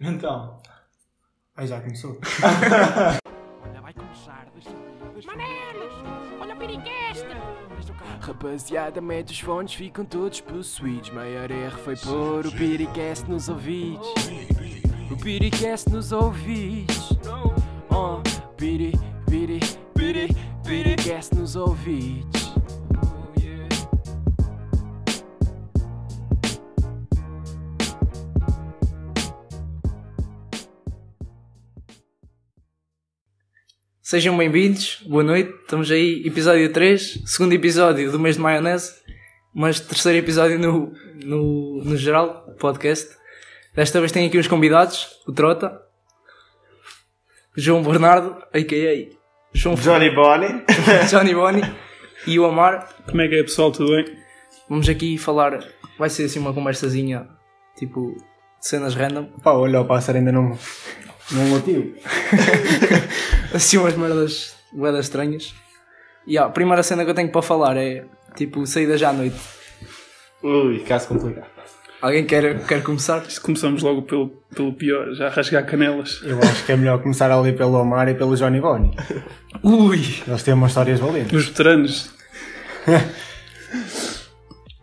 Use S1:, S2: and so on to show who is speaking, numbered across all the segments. S1: Então. Ai, já começou.
S2: Olha, vai começar, deixa eu ver, deixa eu ver.
S3: Manelos! Olha o pirigueste!
S2: Deixa eu cá.
S4: Rapaziada, mete os fones, ficam todos possuídos. Maior erro foi pôr o piricast nos ouvidos. O piricast nos ouvidos. Oh, piri, piri, piri, piricast nos ouvidos. Oh, yeah.
S5: Sejam bem-vindos, boa noite, estamos aí, episódio 3, segundo episódio do mês de maionese, mas terceiro episódio no, no, no geral, podcast. Desta vez tem aqui uns convidados, o Trota, João Bernardo, a.k.a. João F-
S1: Johnny Bonnie.
S5: Johnny Boni e o Amar.
S6: Como é que é pessoal, tudo bem?
S5: Vamos aqui falar, vai ser assim uma conversazinha, tipo, de cenas random,
S1: Pá, olha, o pássaro ainda não. Não motivo.
S5: assim umas merdas, merdas estranhas. E ó, a primeira cena que eu tenho para falar é, tipo, saídas à noite.
S1: Ui, caso complicado.
S5: Alguém quer, quer começar?
S6: Se começamos logo pelo, pelo pior, já a rasgar canelas.
S1: Eu acho que é melhor começar ali pelo Omar e pelo Johnny Bonnie.
S5: Ui!
S1: Eles têm umas histórias valentes.
S6: Dos veteranos.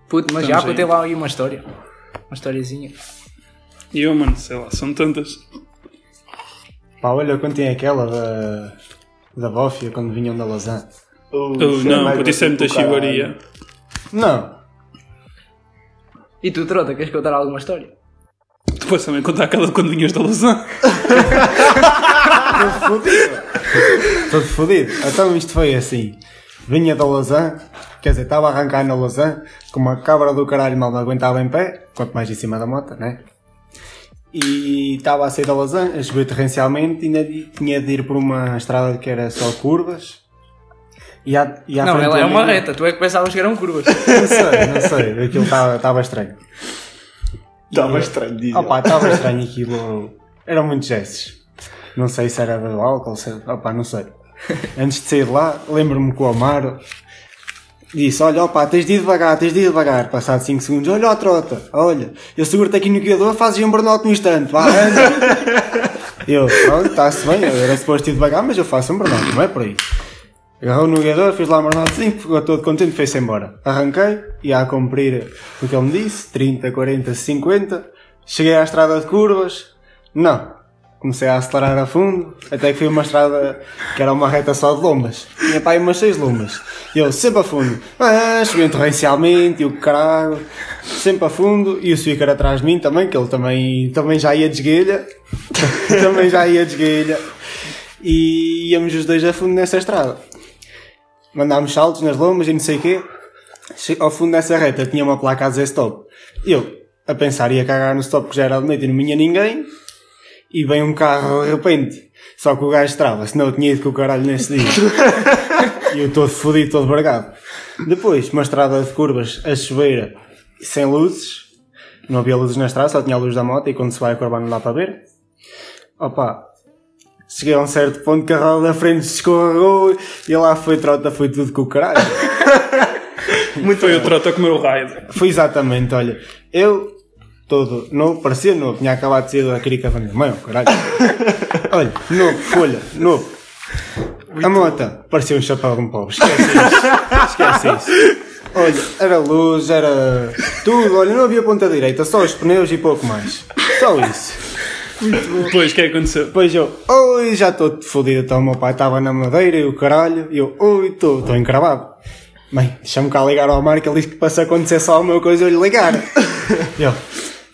S5: Puto, mas
S6: Estamos
S5: já contei
S6: aí.
S5: lá aí uma história. Uma historiazinha.
S6: E eu, mano, sei lá, são tantas.
S1: Pá, olha, quando tem aquela da. da Bófia, quando vinham da Lausanne.
S6: Oh, não, puto, isso é muita chivaria.
S1: Não.
S5: E tu, Trota, queres contar alguma história?
S6: Tu podes também contar aquela de quando vinhas da Lausanne.
S1: Todo fodido. Então isto foi assim. Vinha da Lausanne, quer dizer, estava a arrancar na Lausanne, com uma cabra do caralho mal não aguentava em pé, quanto mais em cima da moto, né? E estava a sair da Lausanne, a chover torrencialmente, e ainda di- tinha de ir por uma estrada que era só curvas. E à, e à
S5: não,
S1: frente
S5: ela
S1: do
S5: é uma
S1: amigo-
S5: reta, tu é que pensavas que eram curvas.
S1: Não sei, não sei, aquilo estava estranho.
S6: Tá
S7: Estava estranho, diz.
S1: Opa, estava estranho aquilo. Eram muitos gestos. Não sei se era do álcool, se... opa, não sei. Antes de sair de lá, lembro-me que o Amaro disse: Olha, opa, tens de ir devagar, tens de ir devagar. Passado 5 segundos, olha, ó, trota, olha, eu seguro-te aqui no guiador, fazes um burnout no instante, vá, anda. Eu, olha, está-se bem, eu era suposto ir devagar, mas eu faço um burnout, não é por aí. Agarrou no guiador, fiz lá um burnoutzinho, ficou todo contente, fez-se embora. Arranquei, ia a cumprir o que ele me disse: 30, 40, 50. Cheguei à estrada de curvas, não. Comecei a acelerar a fundo, até que fui uma estrada que era uma reta só de lombas. Tinha para aí umas seis lombas. E eu sempre a fundo. Ah, subi torrencialmente e o caralho. Sempre a fundo. E o Swicker atrás de mim também, que ele também, também já ia de esguelha. também já ia de esguelha. E íamos os dois a fundo nessa estrada. Mandámos saltos nas lomas e não sei o quê. Che- Ao fundo dessa reta tinha uma placa a dizer stop. Eu, a pensar, ia cagar no stop que já era de noite e não vinha ninguém. E vem um carro de repente. Só que o gajo trava, senão eu tinha ido com o caralho nesse dia. e eu todo fodido, todo bargado. Depois, uma estrada de curvas, a chover, sem luzes. Não havia luzes na estrada, só tinha a luz da moto e quando se vai a curva não dá para ver. Opa, cheguei a um certo ponto, que a roda da frente escorregou e lá foi trota, foi tudo com o caralho.
S6: Muito foi o trota com o meu raio.
S1: Foi exatamente, olha. Eu, todo, não parecia novo, tinha acabado de sair da crica da minha mãe, oh, caralho. olha, novo, folha, novo. a moto, parecia um chapéu de um pobre, esquece isso. esquece isso. Olha, era luz, era tudo, olha, não havia ponta direita, só os pneus e pouco mais. Só isso.
S6: Depois, o que é que aconteceu?
S1: Depois eu, oi, já estou fodido. Então o meu pai estava na madeira e o caralho. E eu, oi, estou encravado. Mãe, deixa-me cá ligar ao Marco. Ele disse que para se acontecer só alguma coisa eu lhe ligar. E eu,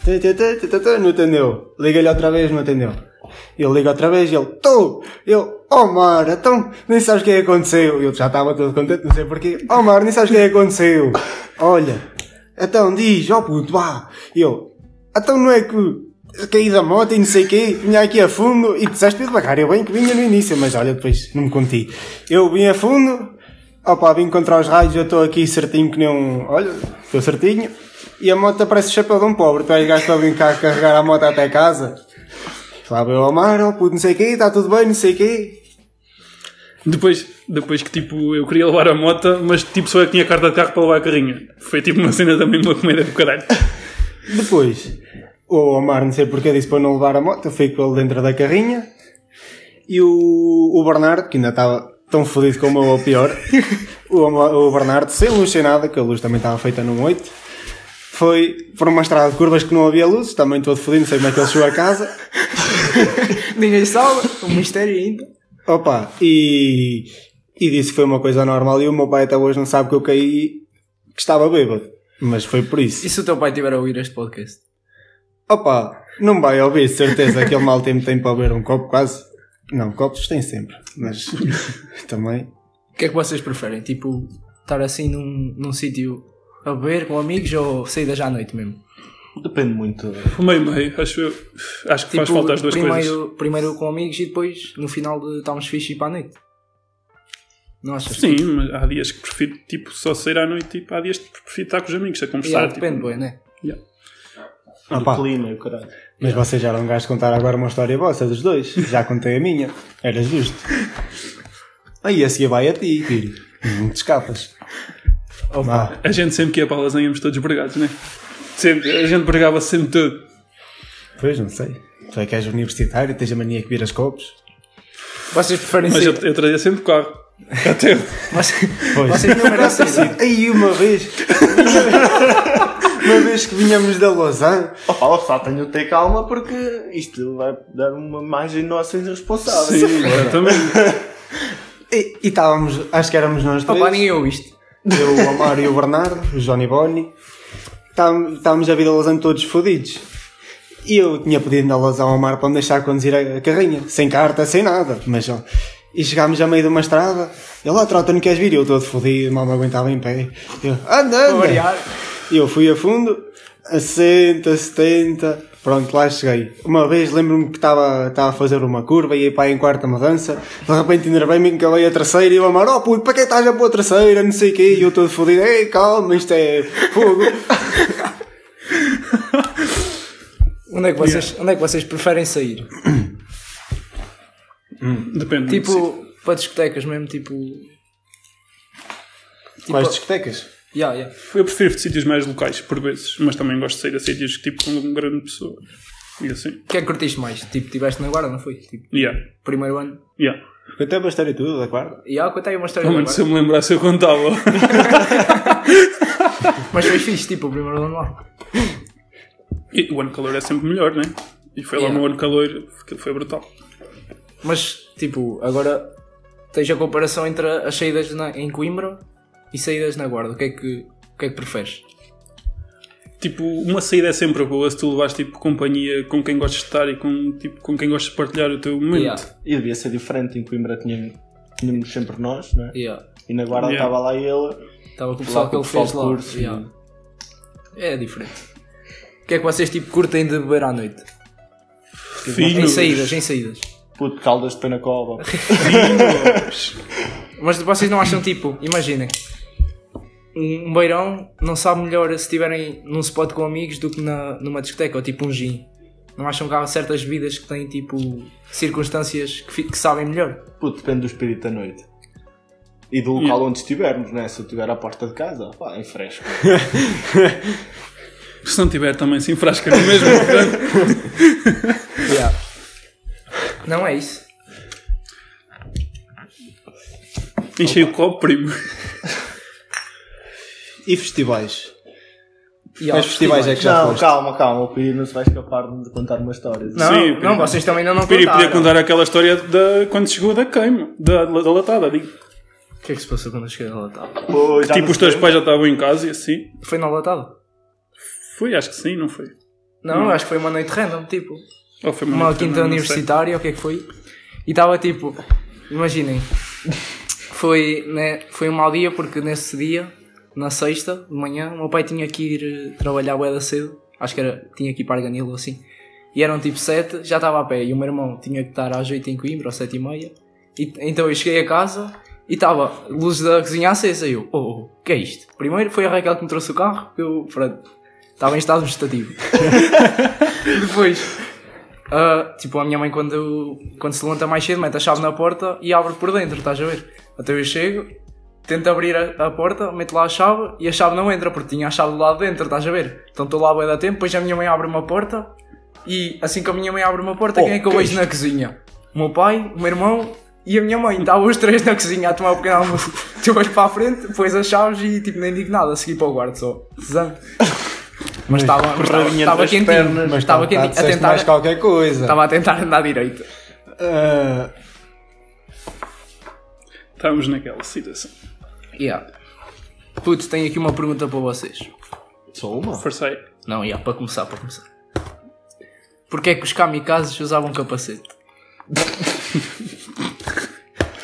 S1: "Tã, tã, tã, tã, tã, tã", não atendeu. Liga-lhe outra vez, não atendeu. Eu ligo outra vez e ele, tu! Eu, oh Mar, então nem sabes o que é que aconteceu. Eu já estava todo contente, não sei porquê. Oh Mar, nem sabes o que é que aconteceu. Olha, então diz, oh puto, vá. E eu, então não é que caí da moto e não sei o quê, vinha aqui a fundo e disseste devagar. Eu bem que vinha no início, mas olha, depois não me conti. Eu vim a fundo, opá, vim contra os raios, eu estou aqui certinho que nem um. Olha, estou certinho. E a moto parece o chapéu de um pobre. Tu és gajo para brincar a carregar a moto até casa. Lá veio o mar, oh, puto, não sei o quê, está tudo bem, não sei o quê.
S6: Depois, depois que tipo, eu queria levar a moto, mas tipo, só eu que tinha carta de carro para levar a carrinha. Foi tipo uma cena também uma comédia do caralho.
S1: Depois, O Omar, não sei porque, disse para eu não levar a moto. Eu fui com ele dentro da carrinha. E o, o Bernardo, que ainda estava tão fodido como eu, ou pior. o, Omar- o Bernardo, sem luz, sem nada, que a luz também estava feita num 8. Foi por uma estrada de curvas que não havia luz. Também todo fodido, não sei como é que ele chegou a casa.
S5: Ninguém sabe, um mistério ainda.
S1: Opa, e, e disse que foi uma coisa normal e o meu pai até hoje não sabe que eu caí que estava bêbado. Mas foi por isso.
S5: E se o teu pai tiver a ouvir este podcast?
S1: Opa, não vai ouvir, de certeza que ele mal tempo tem para beber um copo quase. Não, copos tem sempre, mas também.
S5: O que é que vocês preferem? Tipo, estar assim num, num sítio a beber com amigos ou saída já à noite mesmo?
S7: Depende muito.
S6: Meio, meio. Acho, eu- acho que faz falta as duas
S5: Tipo, primeiro,
S6: coisas.
S5: Primeiro com amigos e depois, no final, de estarmos fixe e ir para a noite. Não achas?
S6: Sim, mas há dias que prefiro tipo, só sair à noite. Tipo, há dias que prefiro estar com os amigos a
S5: Já,
S6: conversar. tipo,
S5: depende, boi, né?
S7: Do
S1: Opa,
S7: clima e o caralho.
S1: mas vocês já eram gajos de contar agora uma história vossa dos dois. Já contei a minha, era justo. Aí a seguir vai a ti, filho. Não te escapas. Vá.
S6: a gente sempre que ia para a lasanha íamos todos bregados, não é? Sempre. A gente bregava sempre tudo.
S1: Pois, não sei. Tu é que és universitário, tens a mania que viras copos.
S5: Vocês preferem
S6: Mas
S5: sair...
S6: eu, eu trazia sempre carro. Até
S5: Vocês,
S1: Pois.
S5: vocês preferem sair...
S1: Aí uma vez, uma vez que vinhamos da Lausanne,
S7: Opa, lá só tenho de ter calma porque isto vai dar uma imagem nossa irresponsável.
S6: Sim,
S5: tá.
S6: eu também.
S1: e e estávamos, acho que éramos nós três,
S5: Opa, ninguém ouve isto.
S1: eu, o Amar e o Bernardo, o Johnny Boni, estávamos estávamos a vir da Lausanne todos fodidos. E eu tinha pedido na Lausanne ao Amar para me deixar conduzir a, a carrinha, sem carta, sem nada, mas ó, e chegámos a meio de uma estrada, ele lá, trota, não queres vir? E eu todo fodido, mal me aguentava em pé. Eu, anda,
S5: Para
S1: anda!
S5: variar.
S1: E eu fui a fundo, a 60, 70, pronto, lá cheguei. Uma vez lembro-me que estava estava a fazer uma curva e ia para aí em quarta mudança, de repente enervei-me que acabei a terceira e eu amar, oh puto, para que estás a pôr a terceira, não sei o quê, e eu todo fodido, ei calma, isto é fogo.
S5: Onde é que vocês, onde é que vocês preferem sair?
S6: Depende.
S5: Tipo,
S6: Sim.
S5: para discotecas mesmo, tipo... Tipo,
S1: Vais discotecas?
S5: yeah, yeah.
S6: Eu prefiro de sítios mais locais, por vezes, mas também gosto de sair a sítios que tipo são uma grande pessoa. E assim.
S5: O que é que curtiste mais? Tipo, tiveste na guarda, não foi? Tipo,
S6: Yeah.
S5: primeiro ano.
S6: Yeah.
S1: Eu até bastante tudo, da quarta.
S5: E há, conta aí uma história
S6: Pelo
S5: da
S6: menos se
S5: guarda.
S6: eu me lembrasse eu contava.
S5: Mas foi fixe, tipo, o primeiro ano lá.
S6: E o ano calor é sempre melhor, né? E foi lá
S5: Yeah.
S6: no ano calor, aquilo foi brutal.
S5: Mas, tipo, agora tens a comparação entre as saídas na- em Coimbra e saídas na Guarda. O que é que, o que, é que preferes?
S6: Tipo, uma saída é sempre boa se tu levares tipo companhia com quem gostas de estar e com, tipo, com quem gostas de partilhar o teu momento.
S5: Yeah,
S7: E devia ser diferente, em Coimbra tinha- tínhamos sempre nós, não é?
S5: yeah.
S7: E na guarda
S6: Yeah.
S7: estava lá ele.
S5: Estava com o pessoal
S7: Lá
S5: que
S7: com o
S5: ele fez
S7: pessoal
S5: lá.
S7: curto,
S5: yeah. É diferente. O que é que vocês, tipo, curtem de beber à noite?
S6: Finos,
S5: Em saídas, em saídas.
S7: Puto, caldas de pena cova.
S5: Mas vocês não acham, tipo, imaginem... Um um beirão não sabe melhor se estiverem num spot com amigos do que na, numa discoteca, ou tipo um gin. Não acham que há certas bebidas que têm, tipo, circunstâncias que, fi- que sabem melhor?
S7: Puto, depende do espírito da noite. E do local onde estivermos, não é? Se eu estiver à porta de casa, pá, em fresco.
S6: se não tiver também se enfrasca no mesmo. portanto.
S5: Não é isso.
S6: Enchei o copo, primo.
S1: E festivais?
S5: E
S1: Quais
S5: aos
S1: festivais é que já
S7: não,
S1: foste?
S7: calma, calma, o Piri não se vai escapar de contar uma história.
S5: Não,
S6: Sim,
S5: não,
S6: Piri.
S5: vocês também ainda não
S6: Piri
S5: contaram.
S6: podia contar aquela história da quando chegou da queima, da, da latada. Digo,
S5: O que é que se passou quando eu cheguei na latada?
S7: Pô, já
S6: tipo,
S7: não
S6: os teus
S7: sei.
S6: pais já estavam em casa e assim.
S5: Foi na latada?
S6: Foi, acho que sim, não foi?
S5: Não, acho que foi uma noite random, tipo.
S6: Ou foi
S5: Uma
S6: noite
S5: quinta
S6: também, não sei.
S5: universitária, o que é que foi? E estava tipo, imaginem, foi, né, foi um mau dia porque nesse dia, na sexta de manhã, o meu pai tinha que ir eh, trabalhar bué da cedo, acho que era, tinha que ir para Arganil ou assim, e eram tipo sete, já estava a pé, e o meu irmão tinha que estar às oito em Coimbra, ou sete e meia, e, então eu cheguei a casa e estava luz da cozinha acesa, e eu, oh, oh, que é isto? Primeiro foi a Raquel que me trouxe o carro, eu, pronto, estava em estado vegetativo. Depois, ah, tipo, a minha mãe quando, quando se levanta mais cedo mete a chave na porta e abre por dentro, estás a ver? Até eu Então chego, tento abrir a, a porta, meto lá a chave e a chave não entra porque tinha a chave do lado de dentro, estás a ver? Então estou lá a da tempo, depois a minha mãe abre uma porta e assim que a minha mãe abre uma porta, quem é que eu vejo na cozinha? O meu pai, o meu irmão e a minha mãe. Estavam os três na cozinha a tomar um pequeno almoço. Tu vais para a frente, pões as chaves e tipo nem digo nada, segui para o guardo só. Zan. Mas estava mas estava-
S6: corradinha
S5: estava
S6: das pernas.
S5: quentinho, mas estava
S1: tá,
S5: quentinho, a
S1: disseste mais
S5: tentar,
S1: qualquer coisa.
S5: estava a tentar andar direito.
S1: Ah,
S6: Estávamos naquela situação.
S5: Yeah. Putz, tenho aqui uma pergunta para vocês.
S7: Só uma?
S6: Força aí.
S5: Não, ia para começar, para começar. Porquê é que os kamikazes usavam capacete?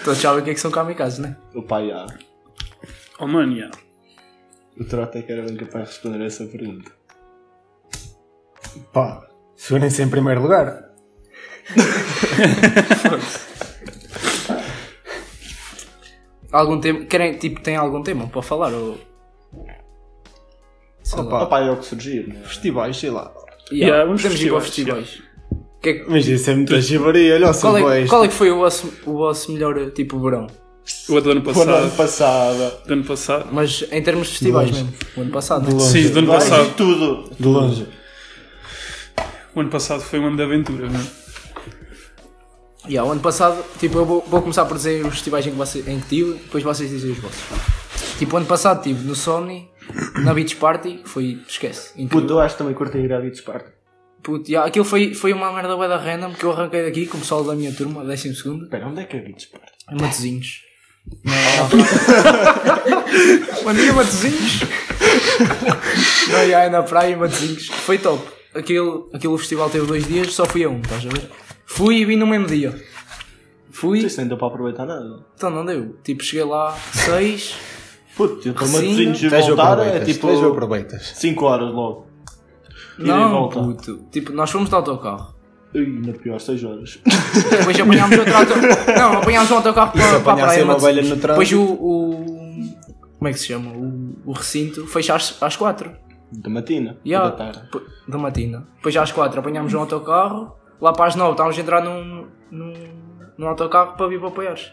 S5: Todos sabem o que é que são kamikazes, né?
S7: O pai há.
S6: Oh, mano, yeah.
S7: O Trota é que era bem capaz de responder essa pergunta.
S1: pá, segurem-se em primeiro lugar.
S5: Algum tema, querem, tipo, tem algum tema para falar ou... Sei lá.
S7: O pai é o que surgiu, não é?
S1: Festivais, sei lá.
S5: Yeah,
S6: Yeah, uns
S5: podemos ir para
S6: festivais,
S5: festivais. Que é que-
S1: Mas isso é muita chivaria, olha o
S5: qual, é,
S1: Silvestre.
S5: qual é que foi o vosso, o vosso melhor, tipo, verão?
S6: O do ano
S7: Foi no
S6: passado.
S7: ano passado.
S6: Do ano passado.
S5: Mas em termos de festivais
S1: Longe.
S5: mesmo, o ano passado. né?
S1: De longe.
S6: Sim, do ano
S7: Vai
S6: passado.
S7: de
S5: é-
S7: tudo.
S1: De longe.
S6: O ano passado foi um ano de aventura, não é?
S5: Yeah, o ano passado, tipo, eu vou, vou começar por dizer os festivais em que, você, em que tive, depois vocês dizem os vossos. Tipo, o ano passado tive no Sony, na Beach Party, que foi, esquece, incrível.
S7: Puto, eu acho que também curto ir à Beach Party.
S5: Puto, yeah, aquilo foi, foi uma merda bué da random que eu arranquei daqui com o pessoal da minha turma, 12 segundo,
S7: Espera, onde é que é a Beach Party?
S5: em Matozinhos. Bom dia, Matozinhos! Não, yeah, é na praia em Matozinhos. Foi top. Aquilo, aquele festival teve dois dias, só fui a um, estás a ver? Fui e vim no mesmo dia. Fui.
S7: Isso nem deu para aproveitar nada.
S5: Então não deu. Tipo, cheguei lá 6.
S7: Puto, eu para
S5: Sim,
S7: Matosinhos e
S1: Tejo
S7: voltar é
S1: aproveitas,
S7: tipo
S1: tejo aproveitas.
S7: 5 horas logo. e
S5: Não,
S7: volta.
S5: puto. Tipo, nós fomos de autocarro.
S7: Ui, na pior, 6 horas.
S5: Depois apanhámos outro autocarro. Não, apanhámos um autocarro para, para a
S1: apanhasse
S5: praia.
S1: uma
S5: mas-
S1: abelha no
S5: Depois
S1: trânsito.
S5: o, o- Como é que se chama? O, o recinto fecha às, às 4.
S7: Da matina.
S5: E à-
S7: Da tarde.
S5: p- da matina. Depois às 4 apanhámos um autocarro. Lá para as 9 estávamos a entrar num, num, num autocarro para vir para apoiares.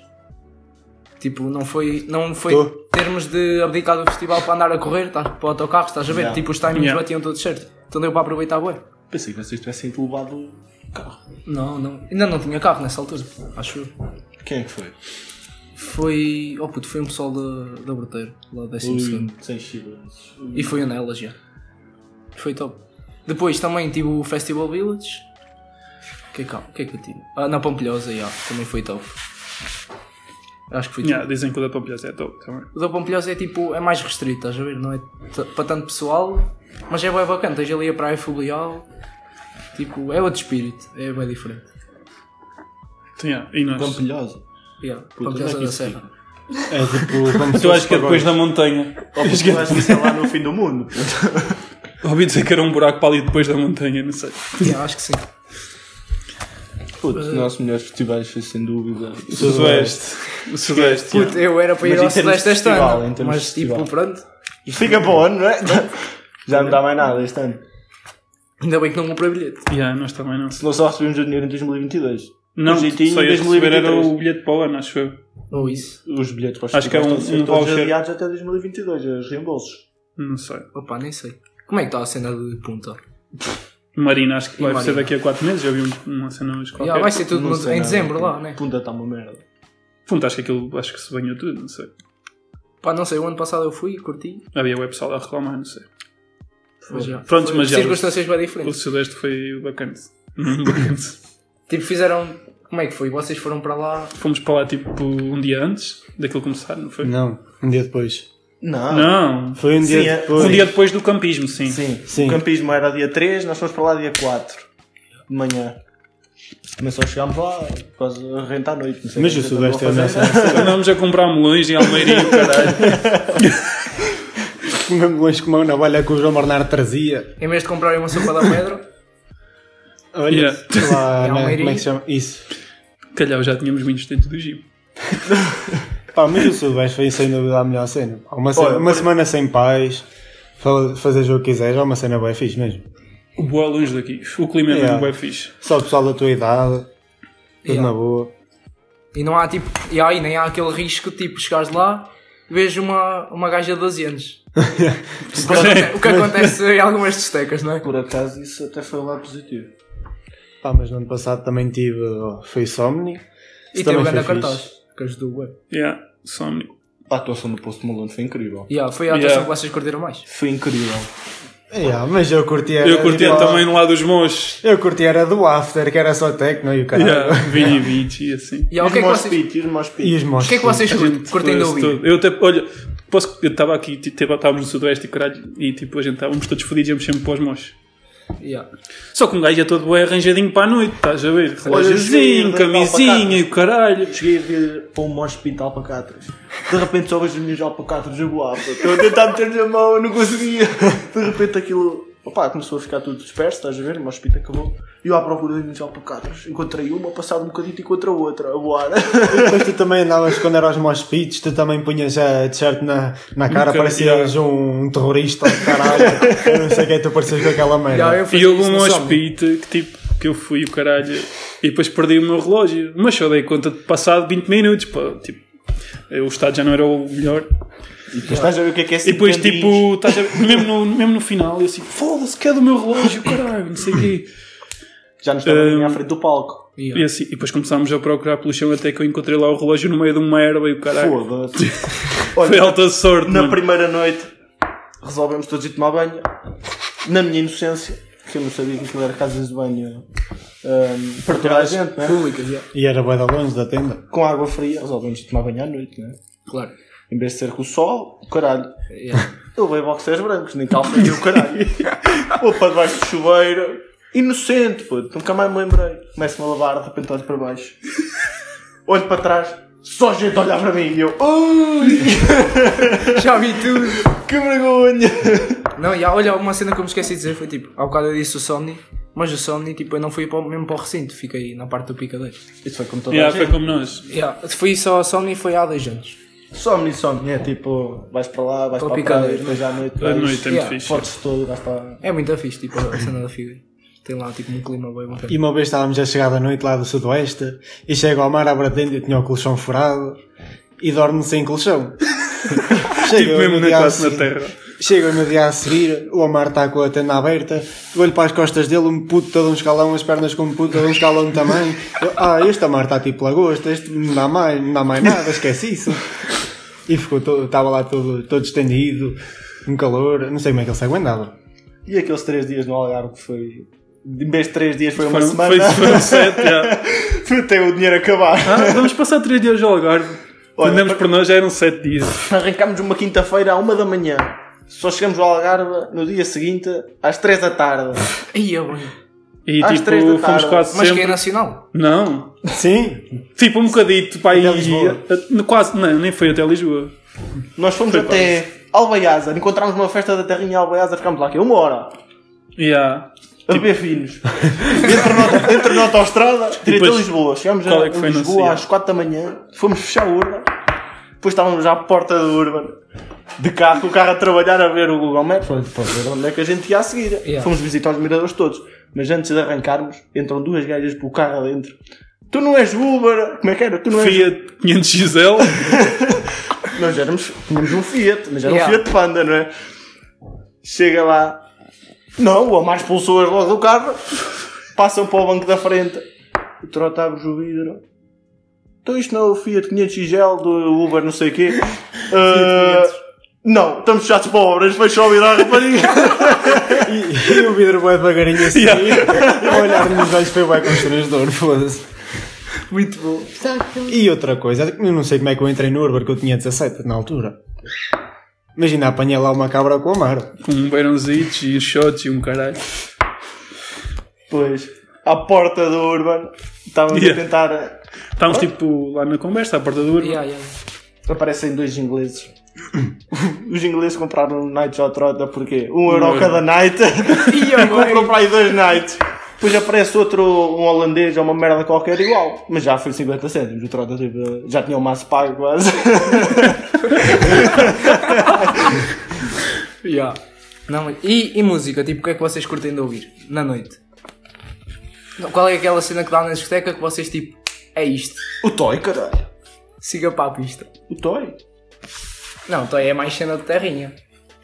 S5: Tipo, não foi, não foi
S1: Tô.
S5: termos de abdicar do festival para andar a correr, tá, para o autocarro, estás a ver?
S7: Yeah.
S5: Tipo, os timings
S6: Yeah.
S5: batiam todos certo. Então deu para aproveitar bem.
S7: Pensei que vocês tivessem ido levado o carro.
S5: Não, não. Ainda não tinha carro nessa altura, acho eu.
S7: Quem é que foi?
S5: Foi. Oh puto, foi um pessoal da, da Breteiro, lá da 12.
S7: Ui, sem chilas.
S5: E foi um nelas já. Foi top. Depois também tive o Festival Village. O que é que, há? O que, é que eu tive? Ah, na Pampilhosa, já. Também foi top. Acho que foi top.
S6: Yeah, dizem que o da Pampilhosa é top também.
S5: O da Pampilhosa é tipo. É mais restrito, estás a ver? Não é t- para tanto pessoal, mas é bem bacana. Tens ali a Praia Fluvial. Tipo, é outro espírito. É bem diferente.
S6: Então, yeah, e nós?
S7: Pampilhosa.
S5: Yeah,
S7: Puta, onde é
S5: Pampilhosa
S7: que
S5: da
S7: isso
S5: Serra.
S1: É tipo, como se
S6: Tu acho
S1: fosse
S6: que é depois
S1: pagode.
S6: da montanha.
S7: Oh, puto, eu acho que isso é lá no fim do mundo.
S6: Ouvi dizer que era um buraco para ali depois da montanha, não sei.
S5: Yeah, acho que sim.
S7: Puto, os nossos melhores festivais foi sem dúvida.
S6: O É. Sudoeste. O Sudoeste.
S5: Puto, eu era para ir
S7: Mas
S5: ao
S7: em termos de
S5: Celeste este
S7: festival, em
S5: ano.
S7: termos
S5: Mas
S7: de
S5: tipo,
S7: festival.
S5: pronto.
S7: Fica para o ano, não é? Já não dá mais nada este ano.
S5: Ainda bem que não comprei bilhete.
S6: yeah. Yeah, nós também não.
S7: Se não só recebemos o dinheiro em 2022.
S6: Não,
S7: O jeitinho
S6: só ias
S7: 2023.
S6: receber era o bilhete para o ano, acho eu.
S5: Ou isso.
S7: Os bilhetes para os
S6: Acho que é um-
S7: festivais estão a ser
S6: um
S7: todos
S6: voucher.
S7: adiados até 2022, os reembolsos.
S6: Não sei.
S5: Opa, nem sei. Como é que está a cena de punta?
S6: Marina, acho que
S5: E
S6: vai
S5: Marina?
S6: ser daqui a 4 meses. Já vi um- uma cena hoje qualquer.
S5: Já vai ser tudo
S7: Não
S5: no-
S7: sei
S5: em
S7: nada.
S5: dezembro lá, né?
S7: Punta está uma merda.
S6: Ponto, acho que aquilo acho que se banhou tudo, não sei.
S5: Pá, não sei, o ano passado eu fui, curti.
S6: Havia web pessoal a reclamar, não sei.
S5: Mas já.
S6: Pronto,
S5: Foi-
S6: mas já-
S5: Circunstâncias bem
S6: O
S5: diferentes.
S6: Sudoeste foi bacana. bacana.
S5: Tipo, fizeram. Como é que foi? Vocês foram para lá.
S6: Fomos para lá tipo um dia antes daquilo começar, não foi?
S1: Não, um dia depois.
S7: Não.
S6: Não.
S1: Foi um dia
S7: Sim, é-
S1: depois.
S6: Um dia depois do campismo, sim.
S7: Sim.
S1: Sim.
S7: O campismo era dia 3, nós fomos para lá dia 4 de manhã. Mas só chegámos lá quase a rentar à noite. não sei
S1: Mas
S7: o
S1: o
S7: que é que andou
S1: Sudoeste é
S7: a
S1: a
S7: fazer.
S1: nossa.
S6: Andámos a comprar melões em Almeirinho, caralho.
S1: Comemos longe com uma navalha que o João Bernardo trazia.
S5: Em vez de comprarem uma sopa da pedra,
S1: Olha,
S6: Yeah.
S1: sei lá,
S5: É um
S1: né,
S5: leirinho.
S1: como é que se chama? Isso.
S6: Calhau, já tínhamos vinhos dentro do Jeep.
S1: Pá, mas o Sudoeste foi sem dúvida a melhor cena. Pá, Uma, cena-
S7: Olha,
S1: uma semana sem paz, fa- fazer o que quiseres, é uma cena bem fixe mesmo.
S6: O boa longe daqui. O clima é mesmo
S1: Yeah.
S6: bué fixe.
S1: Só o pessoal da tua idade, tudo
S5: Yeah.
S1: na boa.
S5: e não há tipo. E aí nem há aquele risco, tipo, chegares lá vejo uma, uma gaja de 12 anos. Tipo, o que acontece em algumas destecas, não é?
S7: Por acaso isso até foi um lado positivo.
S1: Pá, mas no ano passado também tive. uh, Foi Somni.
S5: E
S1: Isso
S5: teve
S1: também
S5: um grande
S1: foi
S5: cartaz. Que ajudou, ué.
S6: Yeah, Somni.
S7: A atuação do Post Malone foi incrível.
S5: Yeah, foi a atuação
S6: Yeah.
S5: que vocês curtiram mais.
S7: Foi incrível.
S1: Yeah, mas eu curti era
S6: Eu curtia
S1: igual-
S6: também no lado dos bons.
S1: Eu curti era do After, que era só techno e o caralho.
S6: Yeah, Vini Beach e assim.
S5: Yeah, o, que é que vocês,
S7: Pit, e os Mosh Pit.
S1: E os
S5: o que é
S1: monstros.
S5: que vocês cur- curtem de
S6: Todo esse
S5: ouvir?
S6: todo. Eu até, olha, posso, eu estava aqui, tipo, tava- estávamos no Sudoeste e caralho, e tipo, a gente estávamos todos fodidos, íamos sempre para os mochos.
S5: Yeah.
S6: Só que um gajo é todo bem arranjadinho para a noite, estás a ver? Relógiozinho,
S7: eu cheguei a ver
S6: camisinha e o caralho.
S7: Cheguei a ver para um Mosh Pit de alpacatras. De repente só vejo as minhas alpacatras a voar. pá. Estou a tentar meter-lhes a mão, eu não conseguia. De repente aquilo. Opá, começou a ficar tudo disperso, estás a ver? O Mosh Pit acabou. E eu à procura das minhas alpacatras. Encontrei uma, passado um bocadinho encontrei outra a voar.
S1: Depois tu também andavas quando eras mosh pits, tu também punhas a t-shirt na, na cara,
S6: Nunca,
S1: parecias um, um terrorista ou caralho. eu não sei o que é que tu parecias com aquela merda.
S5: Yeah, eu fazia
S6: E houve
S5: isso
S6: um
S5: no Somni.
S6: hospite que tipo, que eu fui o caralho e depois perdi o meu relógio. Mas só dei conta de passado 20 minutos, pá, tipo, eu, o estado já não era o melhor.
S7: estás a ver o que é que é
S6: E depois, tipo, estás a ver, mesmo, no, mesmo no final, eu assim, foda-se, que é do meu relógio, caralho, não sei o quê.
S7: Já nos estava
S6: Ahm.
S7: à frente do palco.
S6: E, assim, e depois começámos a procurar pelo chão até que eu encontrei lá o relógio no meio de uma erva e o caralho.
S7: Foda-se.
S6: Foi
S7: Olha,
S6: alta sorte,
S7: na
S6: mano.
S7: primeira noite resolvemos todos ir tomar banho. Na minha inocência, que eu não sabia que aquilo era casas de banho ahm, para toda a gente, né?
S5: Públicas, yeah.
S1: E era bué de longe da tenda.
S7: com água fria, resolvemos ir tomar banho à noite, né?
S5: Claro.
S7: Em vez de ser com o sol, o caralho.
S5: Yeah.
S7: Eu levei boxers brancos, nem calça nem o caralho. Vou para debaixo do chuveiro. Inocente, puto. Nunca mais me lembrei. Começo-me a lavar, de repente olho para baixo. Olho para trás, só gente a olhar para mim. E eu, "Oh, ui,
S5: Já vi tudo.
S7: que vergonha.
S5: Não, e há- olha, uma cena que eu me esqueci de dizer foi tipo, há bocado eu disse o Somni, mas o Somni, tipo, eu não fui para o- mesmo para o recinto, fiquei na parte do picadeiro.
S7: Isso foi como toda
S6: Yeah,
S7: a
S6: foi
S7: gente.
S6: como nós.
S5: Yeah, fui só ao Somni foi há dois anos.
S7: Somni, somni. É tipo, vais para lá, vais
S5: Tô
S7: para a
S5: picado.
S7: praia, depois à noite.
S6: A
S7: vais-
S6: noite é muito
S5: Yeah,
S6: fixe.
S7: Fodes todo, vais para...
S5: É muito fixe, tipo, a cena da Figa. Tem lá, tipo, um clima bem bacana.
S1: E uma vez estávamos a chegar da noite lá do sudoeste e chego ao mar, abro a tenda e tinha o colchão furado e dorme sem colchão.
S6: Tipo,
S1: Chego
S6: mesmo
S1: no
S6: na
S1: dia a
S6: classe na
S1: seguir-
S6: terra.
S1: Chego no dia a seguir, o Amar está com a tenda aberta, olho para as costas dele, um puto todo um escalão, as pernas com um puto todo um escalão também. Eu, ah, este Amar está tipo lagosta, este não dá mais, não dá mais nada, esquece isso. E ficou todo, estava lá todo, todo estendido, um calor, não sei como é que ele se aguentava.
S7: E aqueles três dias no Algarve que foi... Em vez de três dias foi uma
S6: Foi-
S7: semana.
S6: Foi, foi um set, yeah.
S7: Até o dinheiro acabar.
S6: Ah, vamos passar 3 dias ao Algarve.
S7: Olha,
S6: Quando demos por nós já eram 7 dias.
S7: Arrancámos uma quinta-feira à uma da manhã. Só chegamos ao Algarve no dia seguinte às três da tarde.
S5: E eu, bem.
S6: E
S7: Às três da
S6: tipo, fomos
S7: tarde.
S6: quase
S5: é Mas que é
S6: sempre.
S5: nacional.
S6: Não.
S1: Sim,
S6: Tipo, um bocadito para aí.
S1: Até Lisboa.
S6: a- Quase, não, nem foi até Lisboa.
S7: Nós fomos
S6: Foi
S7: até Albaiaza. Encontramos uma festa da terrinha em Albaiaza. Ficámos lá que é uma hora.
S6: Yeah.
S7: A beber finos. entre, nota, entre nota autostrada, direito a
S6: Tipo, depois,
S7: Lisboa. Chegámos
S6: qual
S7: a,
S6: é que
S7: a
S6: foi no
S7: Lisboa
S6: Cielo?
S7: às quatro da manhã. Fomos fechar a urna. Depois estávamos já à porta do Urban. De carro, com o carro a trabalhar a ver o Google Maps. Para para ver onde é que a gente ia a seguir.
S5: Yeah.
S7: Fomos visitar os miradores todos. Mas antes de arrancarmos, entram duas gajas pelo carro adentro. Tu não és Uber. Como é que era? Tu não és
S6: Fiat 500 XL.
S7: nós éramos, tínhamos um Fiat, mas era
S5: Yeah.
S7: um Fiat Panda, não é? Chega lá. Não, o Amar expulsou-as logo do carro. Passam para o banco da frente. O Trota abre o vidro. Então isto não é o Fiat 500 XL do Uber, não sei o quê. Ah, não, estamos fechados para obras. Fecha o vidro à rapariga.
S1: e, e o vidro vai devagarinho assim, e olhar nos olhos foi bem constrangedor, foda-se.
S5: Muito bom.
S1: E outra coisa, eu não sei como é que eu entrei no Urban, que eu tinha 17 na altura. Imagina, apanhei lá uma cabra com o Amaro.
S6: com um beirãozito e shots e um caralho.
S7: Pois, à porta do Urban. Estávamos
S6: Yeah.
S7: a tentar.
S6: Estávamos tipo lá na conversa, à porta do Urban.
S5: Yeah, yeah.
S7: Aparecem dois ingleses. Os ingleses compraram nights ao Trota porque um euro cada night.
S5: E eu,
S7: Compram
S5: bem.
S7: para aí dois nights. Depois aparece outro, um holandês ou uma merda qualquer igual. Mas já foi 50 cêntimos. O Trota tipo, já tinha o maço pago quase.
S5: Yeah. Não, mas- e, e música, tipo, o que é que vocês curtem de ouvir na noite? Não, Qual é aquela cena que dá na discoteca que vocês, tipo, é isto?
S7: O Toy, caralho.
S5: Siga para a pista.
S7: O Toy.
S5: Não, então é mais cena de terrinha.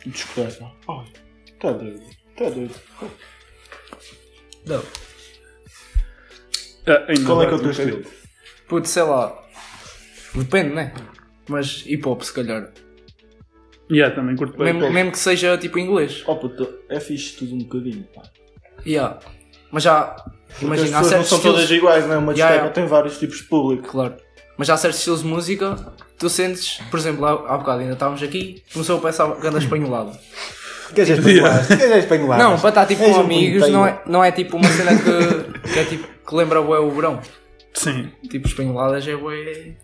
S7: Desculpa. Ai, tá doido. Tá doido.
S5: Não.
S6: Ah, ainda
S7: Qual é que
S6: bem,
S7: é o teu
S6: nunca vi.
S7: estilo?
S5: Puto, sei lá. Depende, né? Mas hip hop, se calhar.
S6: Yeah, também curto bem.
S5: Mesmo, mesmo que seja tipo inglês.
S7: Oh puto, é fixe tudo um bocadinho, pá.
S5: Yeah. Mas já.
S7: Porque
S5: Imagina, há
S7: as pessoas não
S5: certos
S7: são
S5: estilos.
S7: todas iguais, não é? Uma
S5: Ya,
S7: discoteca
S5: ya.
S7: tem vários tipos de público.
S5: Claro. Mas há certos estilos de música que tu sentes, por exemplo, há, há bocado ainda estávamos aqui, começou a pensar grande espanholada.
S1: Queres espanholar? Queres
S7: Ah,
S1: espanholar?
S5: Não, para estar tipo
S1: És
S5: com
S1: um
S5: amigos,
S1: punteiro.
S7: né?
S5: não é, não é tipo uma cena que, que é tipo que lembra bué o verão.
S6: Sim.
S5: Tipo espanholadas é bué.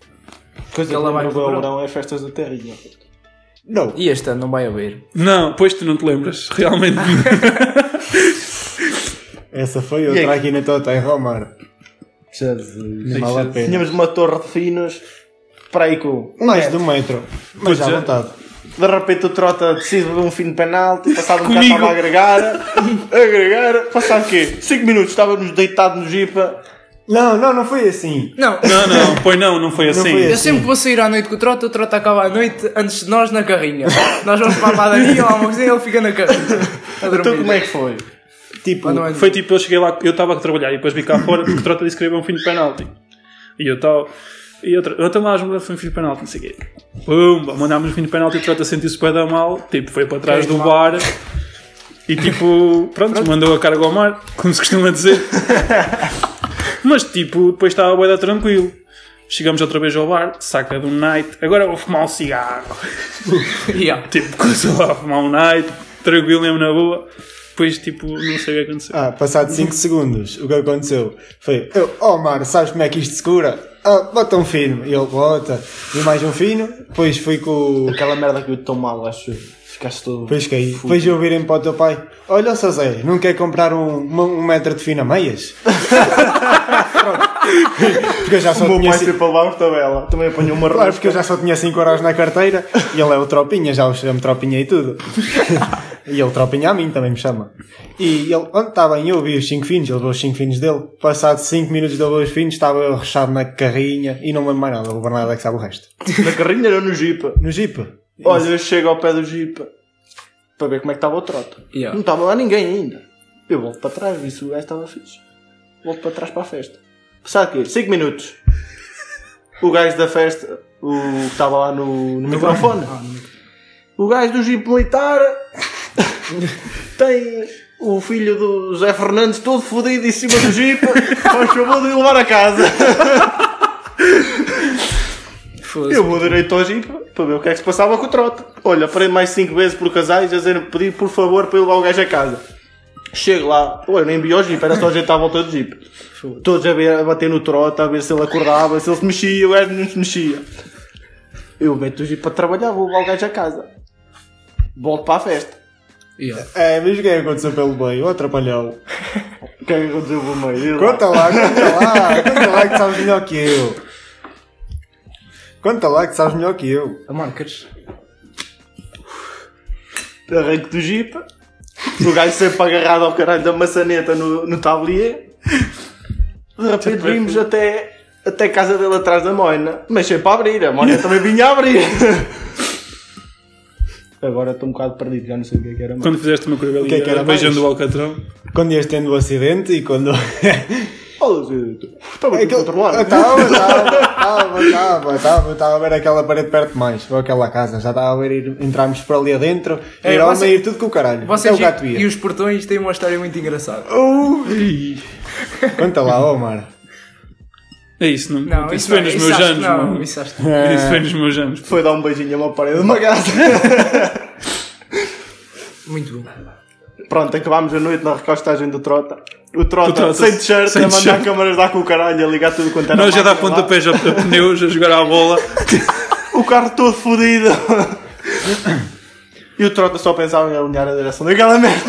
S7: Coisa que
S5: Ela vai
S7: lembra
S5: pro
S7: o
S5: verão.
S7: verão é festas da terrinha.
S1: Não.
S5: E este ano não vai haver.
S6: Não, pois tu não te lembras. Realmente.
S1: Essa foi outra aqui na tua terra, Omar.
S7: Jesus.
S1: Não vale a pena.
S7: Tínhamos uma torre de finos para aí com.
S1: Mais do metro. Mas
S6: Pois
S1: à
S6: é.
S1: vontade.
S7: De repente o Trota decide beber um fim de penalti, passado um bocado
S6: Comigo.
S7: estava a agregar, a agregar, passado o quê? 5 minutos, estávamos deitados no jipa,
S1: Não, não, não foi assim.
S5: Não,
S6: Não, não, pois não, não foi assim.
S1: foi
S5: eu sempre que vou sair à noite com o Trota, o Trota acaba à noite antes de nós na carrinha. nós vamos para a padaria ou alguma coisa e ele fica na carrinha. A
S7: então como
S5: dormir.
S7: é que foi?
S1: Tipo,
S5: Mas não é-
S6: Foi tipo, eu cheguei lá, eu estava a trabalhar e depois vim cá fora porque trata de escrever um fim de penalti. E eu estava. E outra, eu também acho um fim de penalti, não sei o quê. Pumba, mandámos um fim de penalti e o trota sentiu-se bem da mal, tipo, foi para trás do bar e tipo, pronto, mandou a carga ao mar, como se costuma dizer. Mas tipo, depois estava bué da tranquilo. Chegamos outra vez ao bar, saca de um night, agora vou fumar um cigarro.
S5: Yeah.
S6: Tipo, começou lá a fumar um night, tranquilo mesmo na boa. Depois, tipo, não sei o que aconteceu.
S1: Ah, passado 5 segundos, o que aconteceu foi: eu, Oh, Mar, sabes como é que isto se cura? Ah, bota um fino. E ele bota. E mais um fino. Depois fui com o.
S7: Aquela merda que eu tão mal, acho eu. Ficaste todo.
S1: Depois caí.
S7: Fui.
S1: Depois ouvirem para o teu pai: Olha, seu Zé, não quer comprar um, uma- um metro de fino a meias? Pronto. Porque eu já só
S7: O meu
S1: tinha.
S7: pai
S1: ci-
S7: foi para lá, tabela, também apanhou uma
S1: Claro, porque
S7: rosca.
S1: eu já só tinha 5 euros na carteira e ele é o Tropinha, já o chamo Tropinha e tudo. e ele Tropinha a mim também me chama. E ele, onde está bem, eu vi os 5 finos, ele levou os 5 finos dele. Passado 5 minutos de levar os finos, estava eu rechado na carrinha e não me lembro mais nada, o Bernardo é que sabe o resto.
S7: Na carrinha era no jipa.
S1: No Jeep.
S7: Olha, eu chego ao pé do jipa para ver como é que estava o Trota.
S5: Yeah.
S7: Não estava lá ninguém ainda. Eu volto para trás, vi se o gajo estava fixe. Volto para trás para a festa. Sabe o quê? 5 minutos. O gajo da festa, o que estava lá no, Ah, no microfone. O gajo do jipe militar tem o filho do Zé Fernandes todo fodido em cima do jipe. Faz favor de o levar a casa.
S5: Foda-se.
S7: Eu vou direito ao jipe para ver o que é que se passava com o trote. Olha, parei mais 5 vezes por casais a dizer, pedir por favor para eu levar o gajo a casa. Chego lá, eu nem vi o jipe, era só ajeitar à volta do jipe. Todos a, ver- a bater no trote, a ver se ele acordava, se ele se mexia, o gajo não se mexia. Eu meto o jipe para trabalhar, vou levar o gajo a casa. Volto para a festa.
S5: Yeah.
S1: É, mas o que é que aconteceu pelo meio? O atrapalhou.
S7: O que é que aconteceu com o meio?
S1: Conta lá, conta lá, conta lá que sabes melhor que eu. Conta lá que sabes melhor que eu.
S5: A Marcas.
S7: Arranco do jipe, o gajo sempre agarrado ao caralho da maçaneta no, no tablier. De repente vimos até, até a casa dele atrás da Moina, mas sempre a abrir, a Moina também vinha a abrir. Agora estou um bocado perdido, já não sei o que é que era mais.
S6: Quando fizeste uma curva ali,
S1: que é que era
S6: beijando
S1: mais?
S6: o Alcatrão.
S1: Quando ias tendo o acidente e quando.
S7: Olha, Zito, estava tudo
S1: Aquele-
S7: controlado.
S1: Ah, Estava, estava, estava, estava, estava a ver aquela parede perto mais, ou aquela casa, já estava a ver ir- entrarmos por ali adentro,
S5: É,
S1: ir homem
S5: você-
S1: ir tudo com o caralho.
S5: Vocês
S1: Até É o gato Oh,
S5: e, e
S1: ia.
S5: os portões têm uma história muito engraçada.
S1: Conta lá, Omar.
S6: É isso, não?
S5: Não,
S6: isso,
S5: isso
S6: foi
S5: não,
S6: nos
S5: isso
S6: meus
S5: acho que
S6: anos,
S5: não,
S6: mano. Isso
S5: Isso acho que
S1: É.
S6: foi nos meus anos.
S7: Foi dar um beijinho a uma parede de uma casa.
S5: Muito bom.
S7: Pronto, acabámos a noite na recostagem do Trota. O
S6: Do
S7: Trota,
S6: Trota,
S7: sem t-shirt,
S6: sem
S7: a mandar
S6: t-shirt.
S7: câmaras dar com o caralho, a ligar tudo quanto era
S6: Nós já dá
S7: máquina lá.
S6: pontapés a, a pneus, a jogar à bola.
S7: O carro todo fodido. E o Trota só pensava em alinhar a direção daquela merda.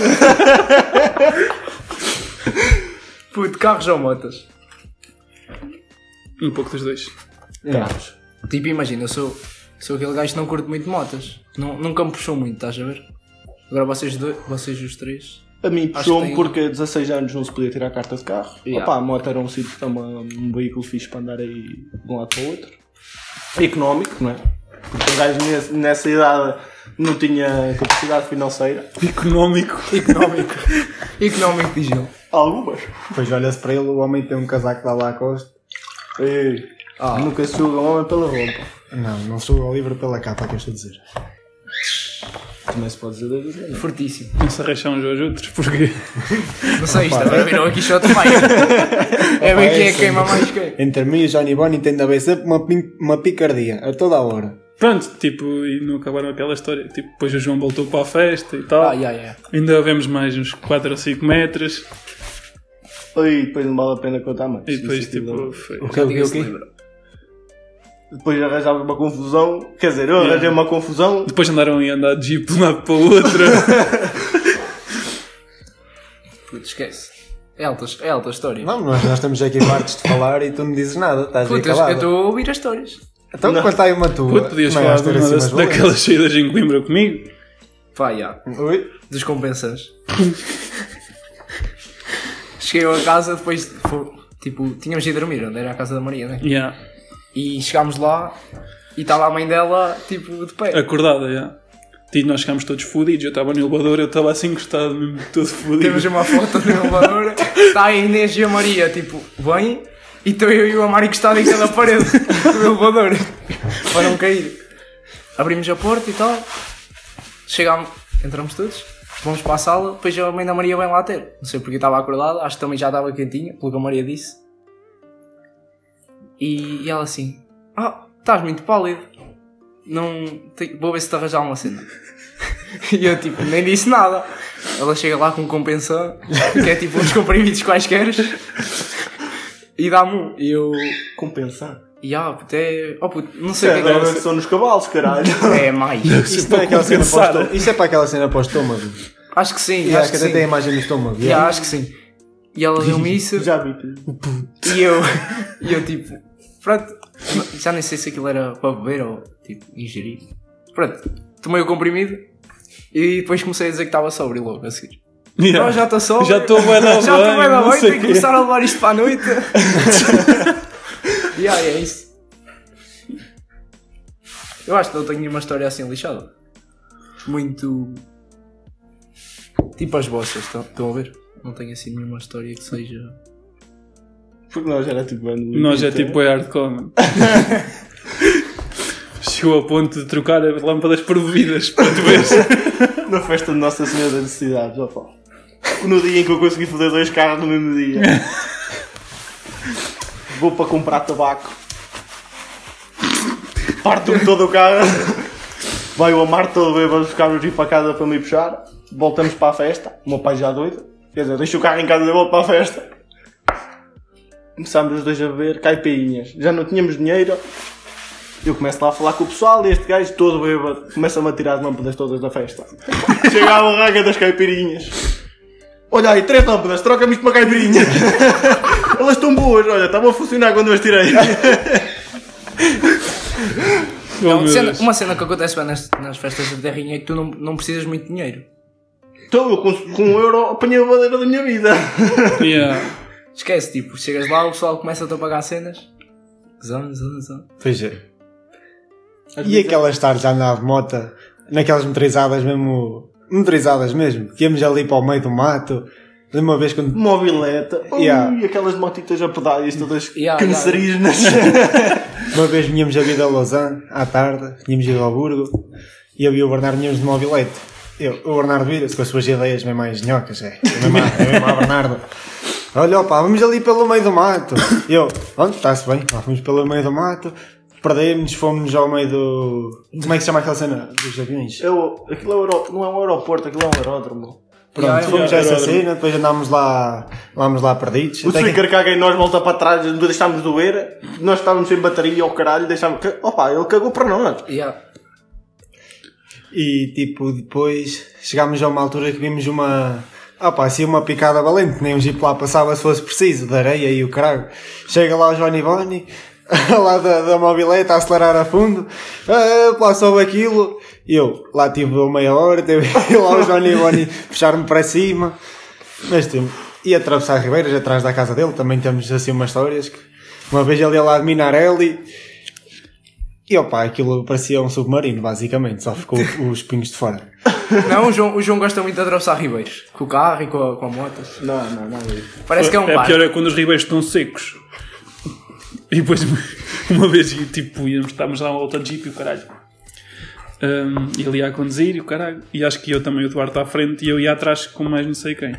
S5: Puto, carros ou motas?
S6: Um pouco dos dois.
S5: Tipo, imagina, eu sou, sou aquele gajo que não curto muito motas. Nu- nunca me puxou muito, estás a ver? Agora vocês dois, vocês os três.
S7: A mim
S5: que
S7: puxou-me
S5: tem-
S7: porque a 16 anos não se podia tirar a carta de carro.
S5: Yeah.
S7: Opa, a moto era um, sítio- uma- um veículo fixe para andar aí de um lado para o outro. Económico, não é? Porque um gajo nesse- nessa idade não tinha capacidade financeira.
S6: Económico.
S5: Económico. Económico, diz ele.
S7: Algumas.
S1: Depois olha-se para ele, o homem tem um casaco da Lacoste. ah.
S7: Ei, Nunca se julga um homem pela roupa.
S1: Não, não sou ao livro pela capa, que eu estou a dizer.
S7: Também se pode dizer da vida, não.
S5: Fortíssimo.
S6: Não se arracham uns aos outros, porque
S5: Não sei, isto agora viram aqui shot mais. É bem quem é queima mais quem.
S1: Entre mim e o Johnny Bonnie tem de haver sempre uma, pin- uma picardia, a toda a hora.
S6: Pronto, tipo, e não acabaram aquela história. Tipo, depois o João voltou para a festa e
S1: Ah,
S6: tal.
S5: Ai, ai, ai.
S6: Ainda vemos mais uns 4 ou 5 metros.
S7: Ei, depois não vale a pena contar mais.
S6: E depois,
S7: Isso aqui não.
S6: tipo, foi.
S1: O que é
S5: Ninguém se
S1: que
S5: lembra.
S7: Depois arranjava uma confusão. Quer dizer, eu arranjei uma confusão.
S6: Depois andaram a andar de jeep de um lado para o outro.
S5: Puto, esquece. É alta, é alta história.
S1: Não, mas nós estamos aqui partes de falar e tu não dizes nada, estás aí
S5: Puto, eu
S1: calado.
S5: estou a ouvir as histórias.
S1: Então conta aí uma tua.
S6: Puto, podias
S1: Também vais
S6: falar de
S1: ter
S6: uma
S1: assim
S6: das,
S1: umas boas.
S6: daquelas saídas em Coimbra comigo.
S5: Pá, já.
S1: Ui,
S5: Dos compensas. Cheguei a casa, depois. fo- Tipo, tínhamos ido dormir, onde era a casa da Maria, né?
S6: Yeah.
S5: E chegámos lá e estava a mãe dela, tipo, de pé.
S6: Acordada, já. E nós ficámos todos fodidos. Eu estava no elevador, eu estava assim encostado, mesmo todo fodido.
S5: Temos uma foto no elevador, está a Inês e a Maria, tipo, vem, e estou eu e o Amar encostado em cada parede do elevador, para não cair. Abrimos a porta e tal, chegámos, entramos todos, vamos para a sala, depois a mãe da Maria vem lá ter. Não sei porque estava acordada, acho que também já estava quentinha, pelo que a Maria disse. E, e ela assim, ah, estás muito pálido, não, te- vou ver se te arranjar uma cena. E eu, tipo, nem disse nada. Ela chega lá com um compensão, que é tipo uns comprimidos quaisquer, e dá-me um. E eu,
S7: Compensar.
S5: e ah, puto, é. Oh, puto, não sei o que é que
S7: Agora
S5: ela
S7: são nos cavalos, caralho.
S5: É mais.
S1: isto, não é aquela cena para o estômago. isto é para aquela cena para o estômago.
S5: Acho que sim,
S1: E
S5: acho
S1: acho que
S5: que
S1: até
S5: sim.
S1: tem a imagem no estômago.
S5: Yeah, acho que sim. E ela deu-me isso,
S7: Já vi.
S5: e eu, e eu, tipo, pronto, já nem sei se aquilo era para beber ou, tipo, ingerir. Pronto, tomei o comprimido e depois comecei a dizer que estava sóbrio logo a seguir.
S6: Yeah.
S5: Não, já estou sóbrio.
S6: Já estou bem na
S5: Já estou bem da
S6: não
S5: noite,
S6: sei
S5: tenho que
S6: quê.
S5: começar a levar isto para a noite. e aí, é isso. Eu acho que não tenho nenhuma história assim lixada. Muito. Tipo as vossas, estão, estão a ver? Não tenho assim nenhuma história que seja.
S7: Porque nós era tipo. bem no
S6: Nós é
S7: limite,
S6: tipo é hardcore. mano. Chegou ao ponto de trocar as lâmpadas por bebidas para tu veres.
S7: Na festa de Nossa Senhora das Necessidades, ó pá. No dia em que eu consegui fazer dois carros no mesmo dia. Vou para comprar tabaco. Parto-me todo o carro. Vai o Amar todo bem, vamos buscar os ir para casa para me puxar. Voltamos para a festa. O meu pai já é doido. Quer dizer, deixo o carro em casa e volto para a festa. Começámos os dois a beber caipirinhas. Já não tínhamos dinheiro. Eu começo lá a falar com o pessoal e este gajo todo bêbado começa-me a tirar as lâmpadas todas da festa. Chega à barraca um das caipirinhas. Olha aí, três lâmpadas, troca-me isto para caipirinha. Elas estão boas, olha, estavam a funcionar quando eu as tirei.
S6: Oh, meu
S5: Cena-
S6: Deus.
S5: É uma cena que acontece bem nas, nas festas da terrinha é que tu não, não precisas muito de dinheiro.
S7: Então eu com, com um euro apanhei a madeira da minha vida.
S6: Yeah.
S5: Esquece, tipo, chegas lá, o pessoal começa-te a pagar cenas. Zão, zão, zão.
S1: Pois é. E aquelas tardes a andar de moto, naquelas motorizadas mesmo. Motorizadas mesmo. Que íamos ali para o meio do mato. De uma vez quando.
S7: Mobileta, ui,
S1: Yeah.
S7: aquelas motitas a pedais todas
S5: Yeah,
S7: cancerígenas.
S1: Uma vez vinhamos a vir da Lausanne, à tarde, tínhamos ido ao Burgo, e eu e o Bernardo vinhamos de mobilete. Eu, o Bernardo vira-se com as suas ideias mesmo mais nhocas, é. É mesmo a- é mesmo a Bernardo. Olha, opá, vamos ali pelo meio do mato. Eu, onde está-se bem? Lá fomos pelo meio do mato, perdemos, fomos ao meio do. Como é que se chama aquela cena? Dos aviões?
S7: Eu- aquilo é um aero- não é um aeroporto, aquilo é um aeródromo.
S1: Pronto,
S5: Yeah,
S1: fomos
S6: yeah,
S1: a essa
S6: yeah.
S1: cena, depois andámos lá, andámos lá perdidos.
S7: O
S1: Até que-
S7: Flicker caga em nós, volta para trás, não deixámos de doer, nós estávamos sem bateria ao caralho, deixámos. Opa, ele cagou para nós.
S5: Yeah.
S1: E tipo, depois chegámos a uma altura que vimos uma. Ah pá, assim uma picada valente, nem um jeep lá passava se fosse preciso, de areia e o caralho. Chega lá o Johnny Boni, lá da, da mobileta a acelerar a fundo, ah, lá soube aquilo. E eu, lá tive uma meia hora, teve lá o Johnny Boni puxar-me para cima. Mas temos. E atravessar Ribeiras, atrás da casa dele, também temos assim umas histórias. Que... Uma vez ele ia lá de Minarelli, E opá, aquilo parecia um submarino, basicamente, só ficou os punhos de fora.
S5: Não, o João, o João gosta muito de atravessar ribeiros. Com o carro e com a, com a moto.
S7: Não, não, não. é.
S5: Parece que é um
S6: a
S5: barco.
S6: pior é quando os ribeiros estão secos. E depois, uma vez, tipo, íamos, estávamos lá uma volta de jeep e o caralho. Ahm, ele ia a conduzir e o caralho. E acho que eu também, o Duarte à frente e eu ia atrás com mais não sei quem.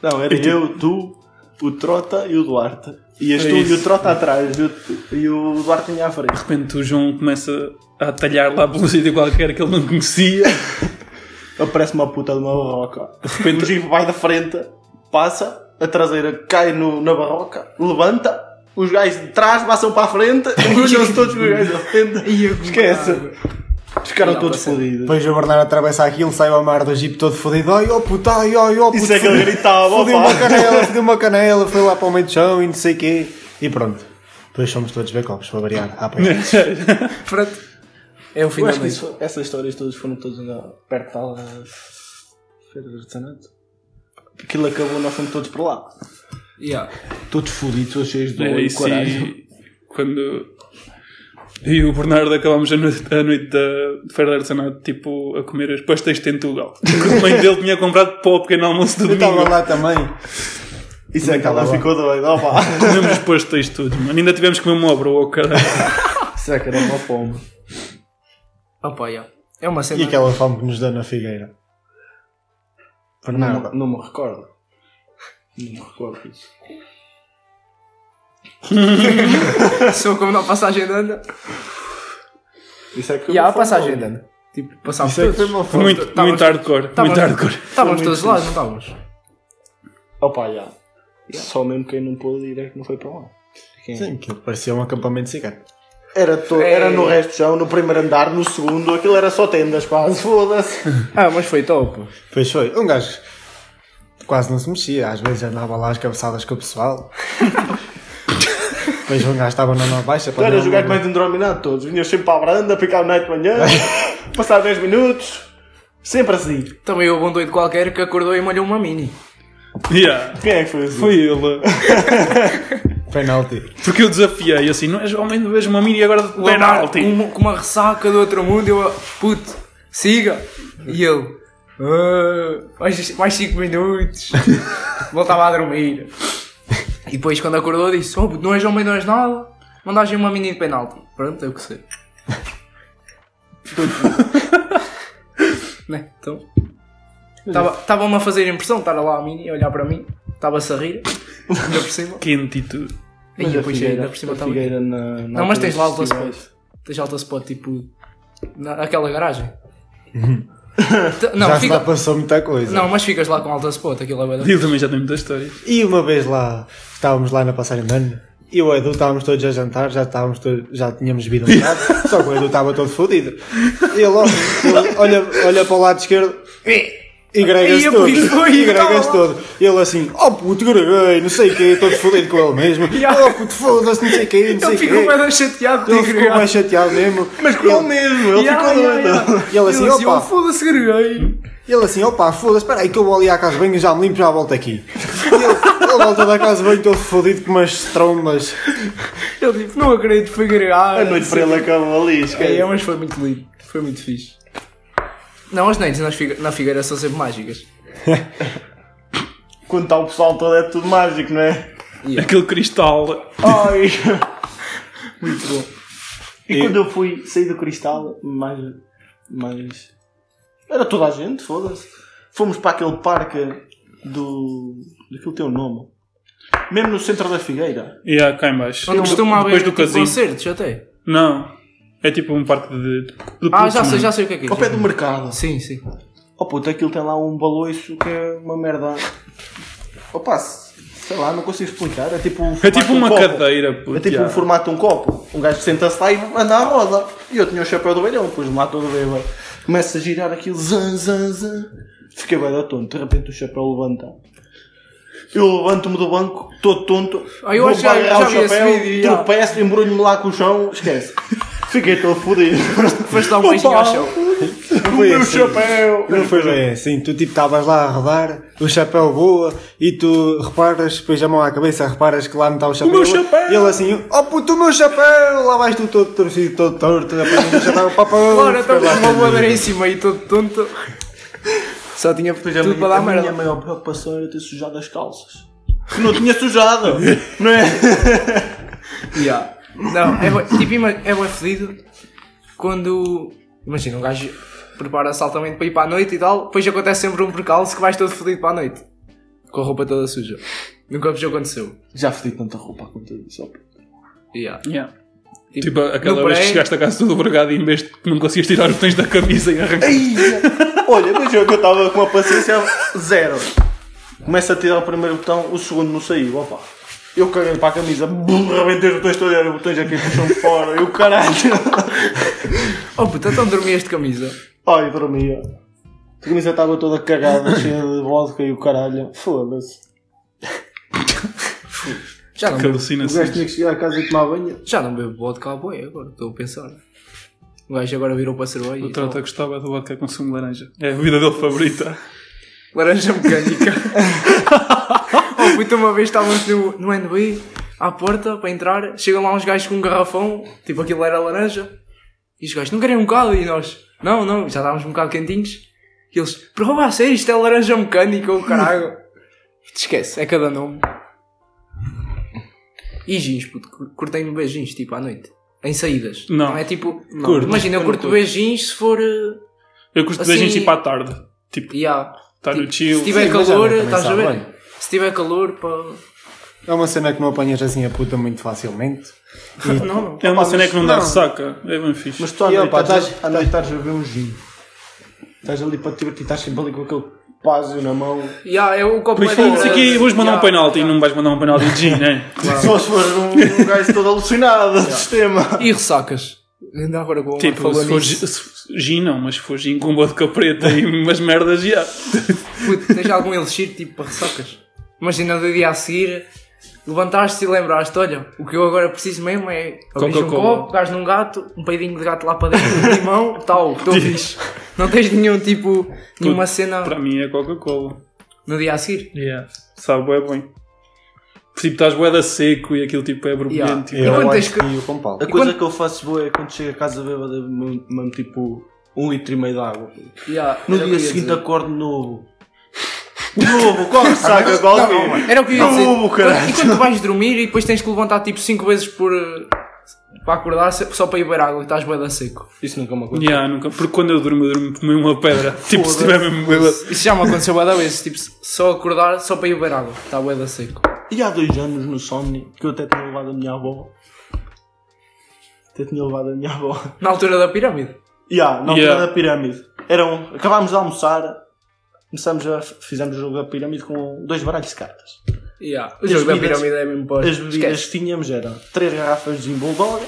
S7: Não, era eu, tu, o Trota e o Duarte. E
S6: É
S7: tu e
S6: isso.
S7: o Trota atrás. E o, e o Duarte tinha à frente.
S6: De repente o João começa a talhar lá por um sítio qualquer que ele não conhecia.
S7: Aparece uma puta de uma barroca. De repente o Gigo vai da frente, passa, a traseira cai no, na barroca, levanta, os gajos de trás passam para a frente, embrulham-se todos com os gajos da
S6: é
S7: frente. Esquece. Ficaram
S5: Não,
S7: todos
S5: passa-
S7: fodidos.
S1: Depois o Bernardo atravessa aquilo, sai o mar do Jeep todo fodido. Ai, oh puta, ai, ai, oh puta.
S7: Isso é que ele
S1: fodi-
S7: gritava,
S1: Fodi
S7: opa.
S1: uma canela, fodi uma canela, foi lá para o meio do chão e não sei o quê. E pronto. Depois somos todos backups, para variar. Ah, pois.
S5: Pronto. É o fim
S7: Eu
S5: da
S7: acho que
S5: noite.
S7: isso foi- essas histórias todas foram todas na, perto da da Feira de Artesanato. Aquilo acabou, nós fomos todos para lá.
S5: Yeah.
S7: Todos fodidos, todos cheios de
S6: Era
S7: olho,
S6: isso
S7: coragem.
S6: e quando eu e o Bernardo acabámos a noite, a noite da de Feira de Artesanato tipo, a comer as pastéis de Tentugal. Que a mãe dele tinha comprado para o pequeno almoço do
S1: Eu estava
S6: domingo.
S1: lá também.
S7: Isso é que ela ficou doida, opa.
S6: Comemos os pastéis todos, mano. Ainda tivemos que comer uma obra, oh, caralho.
S7: Isso é que era uma fome.
S5: Opa, yeah. É uma cena.
S1: E aquela fome que nos deu na Figueira.
S7: Não,
S1: Bernardo.
S7: não me recordo. Não me recordo disso.
S5: Sou como não passagem de ano.
S7: Isso é que
S5: E há a
S7: uma fome.
S5: passagem de ano. Tipo, passámos
S1: Isso é que
S5: todos.
S1: foi uma fome.
S6: Muito,
S5: Estávamos-
S6: muito hardcore.
S5: estávamos-
S6: Muito hardcore.
S5: Estávamos
S7: Foi
S5: todos
S7: muito
S5: lá, não estávamos?
S7: Opa, já. Só mesmo quem não pôde ir é que não foi para lá. Quem-
S1: Sim, aquilo parecia um acampamento cigano.
S7: Era, to-
S5: É.
S7: era no resto do chão, no primeiro andar, no segundo, aquilo era só tendas quase, foda-se.
S5: Ah, mas foi top.
S1: Pois foi. Um gajo quase não se mexia. Às vezes andava lá às cabeçadas com o pessoal. Depois um gajo estava na mão baixa.
S7: Tu
S1: para
S7: eras
S1: dar um
S7: o
S1: uma-
S7: gajo mais endrominado de todos, vinhas sempre para a varanda, ficava na noite de manhã, passar 10 minutos, sempre assim.
S5: Também houve um doido qualquer que acordou e molhou uma mini.
S6: Yeah.
S7: Quem é que foi assim?
S6: Foi ele.
S1: Penalti.
S6: Porque eu desafiei assim, não és homem, não és uma mini agora de penalti. Um
S5: Com uma, com uma ressaca do outro mundo, eu, puto, siga. E ele, "Ah, mais, mais cinco minutos. Voltava a dormir. E depois, quando acordou, disse: Oh, puto, não és homem, não és nada. Mandaste uma mini de penalti. Pronto, é o que sei. né? Então. Estava-me a fazer impressão, estar lá a mini, a olhar para mim, estava-se a rir, ainda por cima.
S6: Quente e tudo.
S5: E
S7: Mas a
S5: depois,
S7: Figueira-
S5: ainda por cima,
S7: a
S5: estava.
S7: Figueira na, na
S5: Não, mas
S7: altura
S5: tens lá
S7: dos
S5: o
S7: festivais.
S5: passport. Tens alta spot tipo. Na, aquela garagem. T- não,
S1: Uhum. Já se
S5: fica-
S1: lá passou muita coisa.
S5: não, mas ficas lá com alta spot, aquilo é bué da-
S6: Ele também já tem muita história.
S1: E uma vez lá, estávamos lá na passagem de ano, e o Edu estávamos todos a jantar, já, estávamos to- já tínhamos bebido um bocado, só que o Edu estava todo fodido. E ele, ó, ele olha, olha para o lado esquerdo e
S5: Ia,
S1: gregas todo.
S5: pois foi,
S1: E gregas
S5: estava lá.
S1: todo. E ele assim, oh puto, greguei, não sei o quê, todo fodido com ele mesmo.
S5: Ya.
S1: Oh puto, foda-se, não sei o quê, não sei
S5: Ele
S1: o quê.
S5: ficou bem chateado
S1: Ele
S5: de
S1: ficou mais chateado mesmo. Mas com ele mesmo, ele E ele assim, opa.
S5: "Oh, foda-se, greguei.
S1: E ele assim, opa, foda-se, espera aí que eu vou ali à casa de banho, já me limpo, já volto aqui. E ele, ele volta da casa de banho todo fodido com umas trombas.
S5: Ele tipo, não acredito, foi gregar.
S7: A noite para ele é acabou ali, esquece.
S5: É, mas foi muito lindo, foi muito fixe. Não, as noites nas Figue- na Figueira são sempre mágicas.
S7: Quando está o pessoal todo é tudo mágico, não é?
S6: Aquele cristal.
S7: Ai.
S5: Muito bom.
S7: E quando eu fui sair do cristal, mais. mais. Era toda a gente, foda-se. Fomos para aquele parque do. daquilo tem um nome. Mesmo no centro da Figueira.
S6: E yeah, cá em baixo.
S5: Onde costuma haver
S6: Depois do
S5: tipo,
S6: casino.
S5: concertos até.
S6: Não. É tipo um parque de. de, de
S5: Ah, já
S6: putos,
S5: sei,
S6: mano.
S5: já sei o que é que é.
S7: Ao pé do mercado.
S5: Sim, sim.
S7: Oh puto, aquilo tem lá um baloiço que é uma merda. Opa, se- sei lá, não consigo explicar. É tipo. um
S6: É
S7: formato
S6: tipo
S7: de um
S6: uma
S7: copo.
S6: cadeira, puto.
S7: É tipo
S6: yeah.
S7: um formato de um copo. Um gajo senta-se lá e anda à roda. E eu tinha o chapéu do beirão, pus me lá todo bêbado. Começa a girar aquilo, zan, zan, zan. Fiquei bem da tonto, de repente o chapéu levanta. Eu levanto-me do banco, todo tonto.
S5: Ah, eu
S7: vou
S5: acho que já-
S7: barrar
S5: já vi esse vídeo, já.
S7: tropeço, embrulho-me lá com o chão, esquece. Fiquei todo fodido.
S5: Foste dar um beijinho ao chão.
S1: não
S7: o
S1: foi
S7: meu
S1: assim.
S7: chapéu.
S1: Não foi bem assim, tu tipo estavas lá a rodar, o chapéu voa e tu reparas, pões a mão à cabeça, reparas que lá não está o chapéu.
S6: meu chapéu!
S1: E ele assim, oh puto, o meu chapéu! Lá vais tu todo torcido, todo torto, apanhas o chapéu, papá!
S5: Ora, estamos com uma voadora em cima e todo tonto. Só tinha tudo para
S7: a
S5: dar
S7: minha
S5: merda.
S7: maior preocupação era ter sujado as calças. Que não tinha sujado, não é?
S5: Ya. Não, é bué- tipo, ima- é bem fedido quando. Imagina, um gajo prepara-se altamente para ir para a noite e tal, depois acontece sempre um percalço que vais todo fedido para a noite. Com a roupa toda suja. Nunca vos aconteceu.
S7: Já fedi tanta roupa como tu disse. ó.
S5: Ya.
S6: Yeah. Tipo, aquela
S5: no
S6: vez que
S5: pré-
S6: chegaste a casa todo vergado e em vez de que não conseguias tirar os botões da camisa e arrancar.
S7: Ai, Olha, mas eu que eu estava com uma paciência zero. Começa a tirar o primeiro botão, o segundo não saiu, opa. Eu caguei para a camisa, bum, arrebentei os botões todos, era botões aqui puxam fora, e o caralho.
S5: Oh puta, então dormias de camisa.
S7: Olha para mim, ó. A camisa estava toda cagada, cheia de vodka e o caralho. Foda-se.
S5: Já não,
S6: Que
S5: bebo,
S7: O gajo tinha
S6: alucinações.
S7: que chegar à casa e tomar banho.
S5: já não bebo vodka à boia agora, estou a pensar. O gajo agora virou para cerveja.
S6: O
S5: e tal.
S6: Trota gostava do vodka com sumo de laranja. É a vida dele favorita.
S5: Laranja mecânica. oh, puta, uma vez estávamos no, no NB, à porta, para entrar, chegam lá uns gajos com um garrafão, tipo aquilo era laranja, e os gajos, não querem um bocado? E nós, não, não, já estávamos um bocado quentinhos, e eles, prova a sério, isto é laranja mecânica, o caralho. Te esquece, é cada nome. E jeans, puto, cur- curtei-me beijinhos, tipo, à noite. Em saídas.
S6: Não.
S5: é tipo.
S6: Curto.
S5: Imagina, eu curto beijinhos se for. Uh,
S6: Eu curto
S5: Assim-
S6: beijinhos tipo à tarde. Tipo,
S5: yeah.
S6: estar no
S5: Tipo,
S6: chill.
S5: Se tiver
S1: Sim, mas olha,
S5: calor,
S6: é,
S1: também
S5: estás a
S1: sabe
S5: ver?
S1: bem.
S5: Se tiver calor, pá.
S1: É uma cena que não apanhas assim a puta muito facilmente.
S5: Não, não.
S6: É uma
S1: Opa,
S6: cena
S1: mas
S6: que não dá
S1: não.
S6: saca. É bem fixe.
S7: Mas tu à
S1: E,
S7: noite
S1: opa,
S7: estás
S1: estás-
S7: à noite estás a ver um gin. Estás ali para te divertir, estás sempre ali com aquele pásio na mão.
S5: Yeah, é o copo
S6: Mas
S5: é
S6: foda-se
S5: de-
S6: aqui, vou mandar um
S5: Yeah,
S6: penalti e
S5: yeah.
S6: não vais mandar um penalti de gin, né?
S7: Só se for um, um gajo todo alucinado do sistema.
S5: E ressacas. Ainda agora com o Omar
S6: Tipo,
S5: falou
S6: se for
S5: nisso.
S6: gi- se- gin, não, mas se for gin com vodka preta e umas merdas, já.
S5: Puto, tens algum elixir tipo para ressacas? Imagina do dia a seguir, levantaste-te e lembraste: olha, o que eu agora preciso mesmo é abrir um
S6: Coca-Cola.
S5: copo, gás num gato, um peidinho de gato lá para dentro, um limão, tal, estou fixe. Não tens nenhum tipo, nenhuma cena
S6: Para mim é Coca-Cola.
S5: no dia a seguir?
S6: Yeah. Sabe, é bem. Tipo, estás boeda seco e aquilo tipo é
S5: Yeah.
S6: borbulhante. tipo,
S5: quando
S1: Eu
S5: tens
S1: acho
S5: que-
S1: que o com pau.
S7: A
S5: E
S7: coisa
S5: quando-
S7: que eu faço boa é quando chego a casa bêbada, mesmo mesmo, tipo um litro e meio de água.
S5: Yeah,
S7: No
S5: era o que eu ia
S7: dia seguinte
S5: dizer.
S7: acordo novo. Novo, qual ressaca qualquer?
S5: Era o que eu ia dizer.
S7: Novo, caralho.
S5: E quando vais dormir e depois tens que levantar tipo 5 vezes por. eh, para acordar se- só para ir beber água e estás bué da seco.
S7: Isso nunca é me aconteceu.
S6: Yeah, nunca. Porque quando eu durmo, eu durmo como uma pedra. tipo, se tiver mesmo boeda.
S5: Isso já me aconteceu bué da vezes, tipo só acordar só para ir beber água, está bué da seco.
S7: E há dois anos no Somni, que eu até tinha levado a minha avó. Até tinha levado a minha avó.
S5: Na altura da pirâmide.
S7: E há, na altura
S6: Yeah.
S7: da pirâmide. Eram, acabámos de almoçar, começamos a, fizemos o jogo da pirâmide com dois baralhos de cartas.
S5: Yeah. O
S7: As
S5: jogo da
S7: bebidas-
S5: pirâmide é mesmo pós.
S7: As bebidas que tínhamos eram três garrafas de gin Bulldog,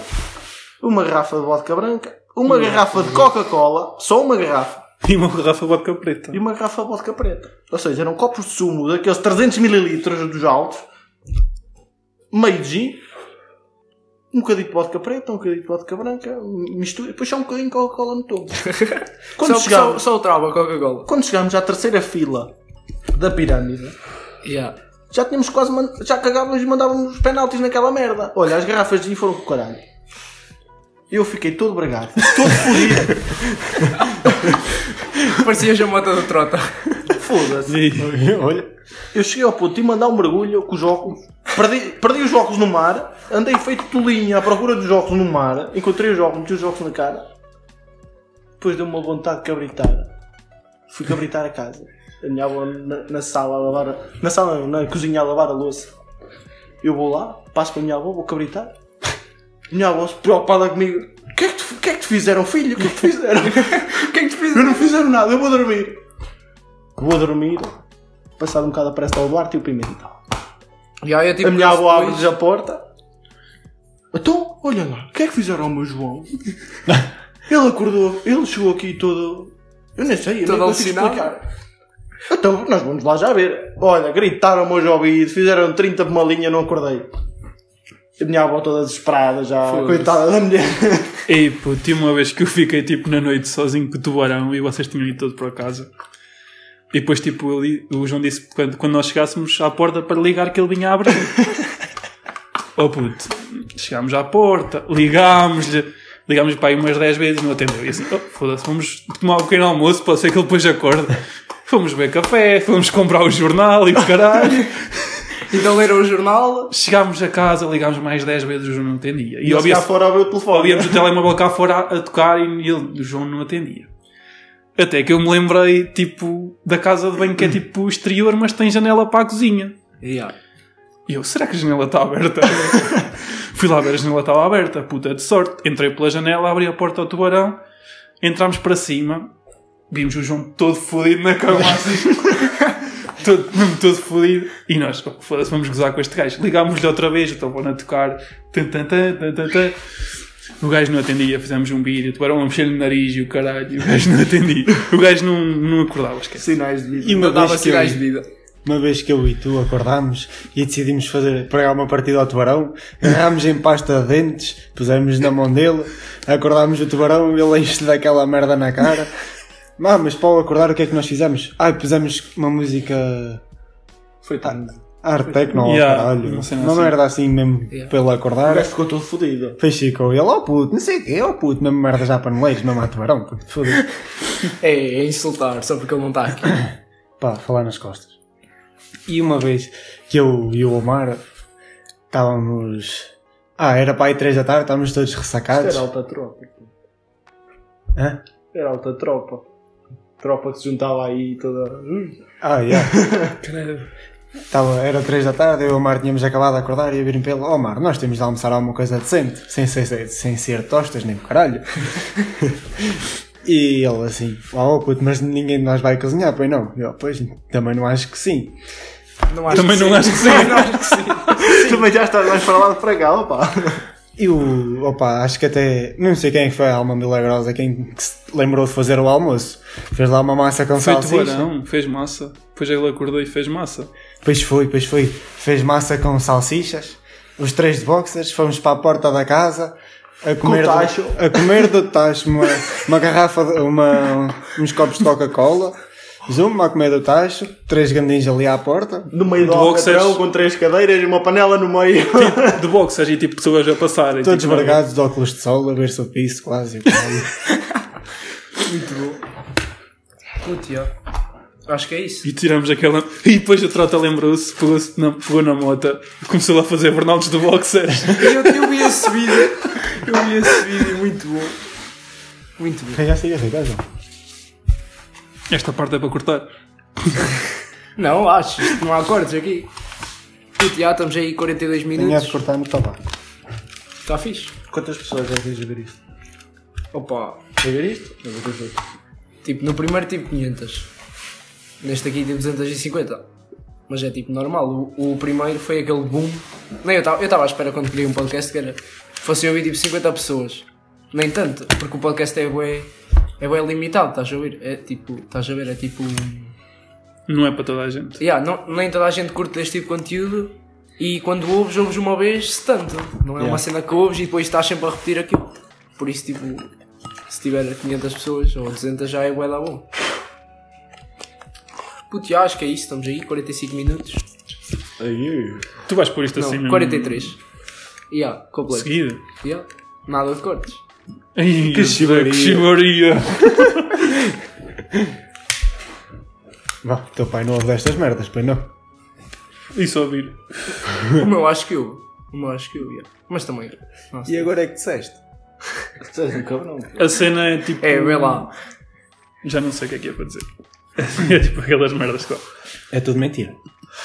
S7: uma garrafa de vodka branca, uma garrafa de Coca-Cola, só uma garrafa,
S6: E uma garrafa de vodka preta.
S7: e uma garrafa de vodka preta. Ou seja, eram copos de sumo daqueles 300 ml dos altos, meio de gin, um bocadinho de vodka preta, um bocadinho de vodka branca, mistura, e depois só um bocadinho de Coca-Cola no topo.
S5: Só,
S7: Quando,
S5: só,
S7: chegámos,
S5: só o trava, Coca-Cola.
S7: quando chegámos à terceira fila da pirâmide,
S5: Yeah.
S7: já tínhamos quase man- já cagávamos e mandávamos os penaltis naquela merda. Olha, as garrafas de gin foram com o caralho. Eu fiquei todo bragado, todo fodido.
S5: Parecias a moto do Trota.
S7: Foda-se.
S1: Olha,
S7: Eu cheguei ao ponto de mandar um mergulho com os óculos. Perdi, perdi os óculos no mar, andei feito tolinho à procura dos óculos no mar, encontrei os óculos, meti os óculos na cara. Depois deu-me uma vontade de cabritar. Fui cabritar a casa. A minha avó na, na sala a lavar. a- Na sala, não, na cozinha a lavar a louça. Eu vou lá, passo para a minha avó, vou cabritar. A minha avó se preocupada comigo. O que é que te, o que é que te fizeram, filho? O que é que te fizeram?
S5: O que é que te fiz?
S7: Eu não fizeram nada, eu vou dormir. Vou dormir. Passado um bocado aparece lá o Duarte e o Pimental.
S5: Yeah, eu, tipo,
S7: a minha avó
S5: depois-
S7: abre-lhes a porta. Então, olha lá, o que é que fizeram ao meu João? ele acordou, ele chegou aqui todo. Eu nem sei, eu
S5: Todo
S7: nem consigo
S5: alucinado.
S7: explicar. Então, nós vamos lá já ver. Olha, gritaram-me hoje ao ouvido, fizeram 30 por uma linha, não acordei. A minha avó toda desesperada já.
S6: Foda-se.
S7: Coitada da mulher.
S6: Ei, pô, tinha uma vez que eu fiquei tipo na noite sozinho com o tubarão e vocês tinham ido todo para casa. E depois, tipo, ali, o João disse quando, quando nós chegássemos à porta para ligar que ele vinha a abrir. oh puto, chegámos à porta, ligámos-lhe, ligámos para aí umas 10 vezes, não atendeu. E assim, oh, foda-se, vamos tomar um pequeno almoço, pode ser que ele depois acorde. Fomos beber café, fomos comprar o jornal e o caralho.
S5: Então leram o jornal.
S6: Chegámos a casa, ligámos mais 10 vezes, o João não atendia. E
S7: E
S6: obviamente-
S7: obviamente. fora ao o telefone.
S6: ouvíamos o telemóvel cá fora a, a tocar e ele, o João não atendia. Até que eu me lembrei, tipo, da casa de banho que é tipo exterior, mas tem janela para a cozinha.
S5: Yeah.
S6: E eu, será que a janela está aberta? Fui lá ver, a janela estava aberta, puta de sorte. Entrei pela janela, abri a porta ao tubarão, entramos para cima, vimos o João todo fodido na cama assim. todo, mesmo todo fodido. E nós, oh, foda-se, vamos gozar com este gajo. Ligámos-lhe outra vez, o telefone a tocar. Tan, tan, tan, tan, tan, tan. O gajo não atendia, fizemos um vídeo, o tubarão a mexer-lhe no nariz e o caralho, e o gajo não atendia. O gajo não, não acordava, esquece.
S7: Sinais de vida.
S1: E uma
S5: Não dava
S1: vez, que eu,
S5: sinais de vida.
S1: uma vez que eu e tu acordámos e decidimos fazer, pregar uma partida ao tubarão, agarrámos em pasta de dentes, pusemos na mão dele, acordámos o tubarão, ele enche-lhe daquela merda na cara. Ah, mas para o acordar, o que é que nós fizemos? Ah, pusemos uma música
S7: Foi tarde.
S1: art techno,
S6: Yeah,
S1: ao caralho.
S6: uma cena
S1: uma
S6: assim.
S1: merda assim mesmo,
S5: Yeah.
S1: pelo
S7: O
S1: acordar.
S7: gajo ficou todo fodido.
S1: Fez Chico, ele, oh puto, não sei o quê, oh puto, mesmo merda já para noleiros, mesmo a tubarão, puto, foda-se.
S5: É, é insultar, só porque ele não está aqui.
S1: Pá, falar nas costas. E uma vez que eu e o Omar estávamos. Ah, era para aí 3 da tarde, estávamos todos
S7: Isto
S1: ressacados.
S7: era alta tropa.
S5: então.
S7: pô.
S1: Hã?
S7: Era alta tropa. Tropa que se juntava aí toda.
S1: Ah, yeah. Estava, era 3 da tarde, eu e o Omar tínhamos acabado de acordar e a virem pelo. Oh, Omar, nós temos de almoçar alguma coisa decente, sem ser, sem- sem ser tostas nem o caralho. e ele assim, oh puto, mas ninguém de nós vai cozinhar, pois não? Eu, pois, também não acho que sim.
S5: Não acho
S6: Também
S5: que
S6: não
S5: sim.
S6: acho que sim.
S5: Não acho que sim.
S7: Também já estás mais para lá do que para cá, opa.
S1: E o. Opa, acho que até. Não sei quem é que foi a alma milagrosa, quem que se lembrou de fazer o almoço. Fez lá uma massa com
S6: Foi
S1: salsicha.
S6: tubarão, fez massa. Depois ele acordou e fez massa.
S1: Pois foi, pois foi. Fez massa com salsichas. Os três de boxers, fomos para a porta da casa a comer. do-
S7: tacho.
S1: a comer do tacho uma, uma garrafa, de- uma, uns copos de Coca-Cola. Zumba a comer do tacho. Três gandins ali à porta.
S7: No meio do
S6: De boxers.
S7: alcatrão, com três cadeiras e uma panela no meio.
S6: de boxers e tipo pessoas a passarem.
S1: Todos
S6: tipo,
S1: vergados de óculos de sol, a ver se o piso quase.
S5: Puto, yeah. Acho que é isso.
S6: E tiramos aquela. E depois a trota lembrou-se, pegou-se na, pegou na moto, começou a fazer burnouts de boxers.
S5: Eu, eu vi esse vídeo. Eu vi esse vídeo, muito bom. Muito bom.
S1: Já sei, já sei, já sei.
S6: Esta parte é para cortar.
S5: Não, acho. isto Não há cortes aqui. Puto, já estamos aí 42
S1: Tinha de
S5: minutos.
S1: cortar no tabaco.
S5: Está fixe.
S7: Quantas pessoas já tens a ver isto?
S5: Opa.
S7: A ver isto? Eu vou ter feito.
S5: Tipo, no primeiro tipo 500. Neste aqui tipo 250. Mas é tipo normal. O, o primeiro foi aquele boom. Nem eu estava eu tava à espera quando criei um podcast que era. Fossem ouvir tipo 50 pessoas. Nem tanto, porque o podcast é bué, é bué limitado, estás a ouvir? É tipo, estás a ver? É tipo.
S6: Não é para toda a gente.
S5: Yeah, não, nem toda a gente curte este tipo de conteúdo e quando ouves, ouves uma vez, se tanto. Não é uma cena que ouves e depois estás sempre a repetir aquilo. Por isso, tipo, se tiver 500 pessoas ou 200 já é bué da bom. Puto, já acho que é isso, estamos aí, 45 minutos.
S6: Tu vais pôr isto
S5: Não,
S6: assim mesmo
S5: 43. Yeah, completo.
S6: Seguido.
S5: Yeah, nada de cortes.
S6: Ai, que
S1: chibaria.
S6: chibaria.
S1: Vá, teu pai não ouve destas merdas, pois não?
S6: E só ouvir.
S5: O meu acho que eu. O meu acho que eu, yeah. Mas também. Nossa.
S1: agora é que disseste?
S7: Tu és um cabrão.
S6: A cena é tipo.
S5: É, vê lá.
S6: Já não sei o que é que é para dizer. É tipo aquelas merdas que.
S1: É tudo mentira.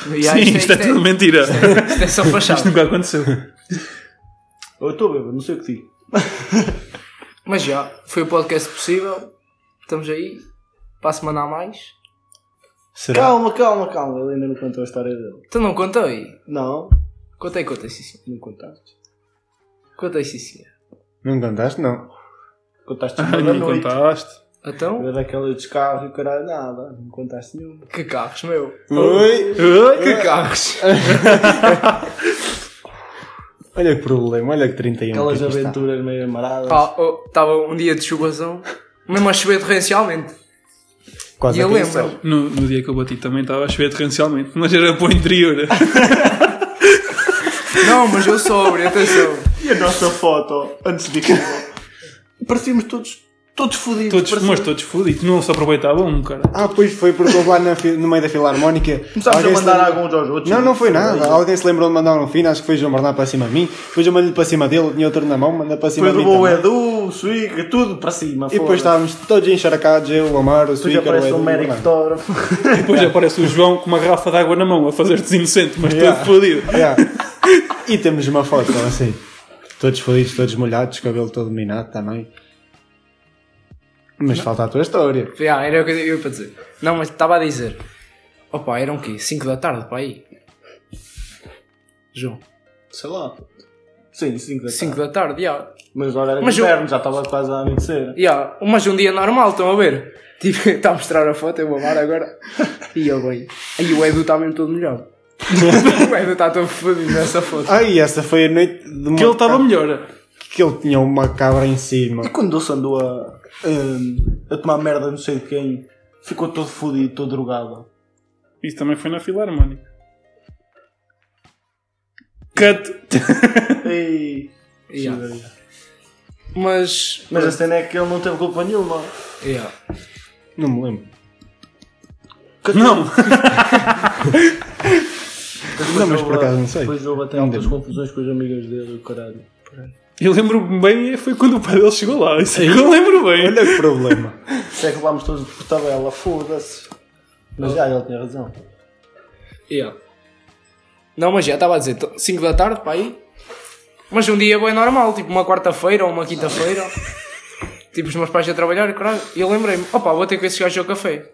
S5: Yeah,
S6: Sim, isto é tudo mentira.
S5: isto é só
S6: Isto
S5: fachada.
S6: nunca aconteceu.
S7: Eu estou bêbado, não sei o que digo.
S5: Mas já, foi o podcast possível. Estamos aí. Para a semana a mais.
S1: Será?
S7: Calma, calma, calma. Ele ainda não contou a história dele.
S5: Tu Então não contei.
S7: Não,
S5: Contei, contei, sim, sim.
S7: não contaste.
S5: Contei, sim, sim.
S1: Não contaste, não.
S7: Contaste
S6: Ah,
S7: é uma
S6: não
S7: da
S6: me
S7: noite.
S6: contaste.
S5: Então,
S7: Era daquele descarro e o caralho, nada. Não contaste nenhuma.
S5: que carros,
S1: Então,
S5: meu.
S1: Oi!
S5: Que carros.
S1: Olha que problema, olha que 31.
S7: Aquelas
S1: que aqui está.
S7: aventuras meio amaradas.
S5: Pá, oh, estava um dia de chuvazão, mesmo a chover torrencialmente.
S1: Quase
S5: e eu
S1: aqui
S5: lembro.
S1: está.
S6: No, no dia que eu bati também estava a chover torrencialmente, mas era para o interior.
S5: Não, mas eu sobre, atenção.
S7: E a nossa foto, antes de que. Parecíamos todos, todos fodidos.
S6: todos,
S7: parecíamos-
S6: mas todos fodidos, não se aproveitavam um, cara.
S1: Ah, pois foi porque houve lá na fi- no meio da filarmónica.
S7: Começámos a
S1: alguém se
S7: mandar
S1: lembrou-
S7: alguns aos outros.
S1: Não, não foi nada.
S7: Aí.
S1: Alguém se lembrou de mandar um fino, acho que foi João Bernardo para cima de mim. Depois eu mandei para cima dele, tinha outro na mão, mandei para cima
S7: Foi
S1: de
S7: do
S1: mim.
S7: Boa
S1: também.
S7: Edu, o Suica, tudo para cima.
S1: E depois
S7: foda-se.
S1: estávamos todos encharcados, eu, o Amar, o
S7: Depois
S1: Suíca, o
S7: aparece
S1: Edu. é?
S7: um médico
S1: o
S7: fotógrafo.
S5: É.
S6: Depois aparece o João com uma garrafa de água na mão a fazer-te inocente, mas
S1: Yeah.
S6: todo fodido.
S1: yeah. E temos uma foto assim. Todos felizes, todos molhados, cabelo todo minado também. Mas falta a tua história.
S5: Já, era o que eu ia para dizer. Não, mas estava a dizer. Opa, eram o quê? 5 da tarde, pá aí. João,
S7: Sei lá. Sim, 5 da
S5: 5
S7: tarde.
S5: da tarde, já.
S7: Mas agora era
S5: Mas eu-
S7: inverno, já estava quase a anoitecer.
S5: Ya, mas um dia normal, estão a ver? Tipo, está a mostrar a foto, eu vou amar agora. E ele bem. Aí o Edu está mesmo todo melhor. o Edu está todo fodido nessa foto.
S1: Ai, essa foi a noite de uma
S6: Que ele
S5: É.
S6: estava melhor.
S1: que ele tinha uma cabra em cima.
S7: E quando o andou a, a, a tomar merda, não sei de quem, ficou todo fodido, todo drogado.
S6: Isso também foi na Filarmónica. Cut!
S7: Ei.
S5: Ya.
S7: Sim,
S5: Mas.
S7: Mas a cena é que ele não teve culpa nenhuma.
S5: Ya.
S1: Não me lembro.
S6: Não!
S1: Não, mas por acaso não sei.
S7: Depois houve até
S1: Não
S7: muitas
S1: lembro.
S7: confusões com os amigos dele, o caralho.
S6: Eu lembro-me bem, foi quando o pai dele chegou lá. Isso é que eu lembro bem.
S1: Olha que problema.
S7: Se é que levámos todos por tabela, foda-se. Mas já, ele tinha razão.
S5: Ya. Não, mas já estava a dizer, 5 da tarde, pá aí. Mas um dia bem normal, tipo uma quarta-feira ou uma quinta-feira. tipo, os meus pais a trabalhar, caralho. E eu lembrei-me, opa, vou ter com esses gajos ao café.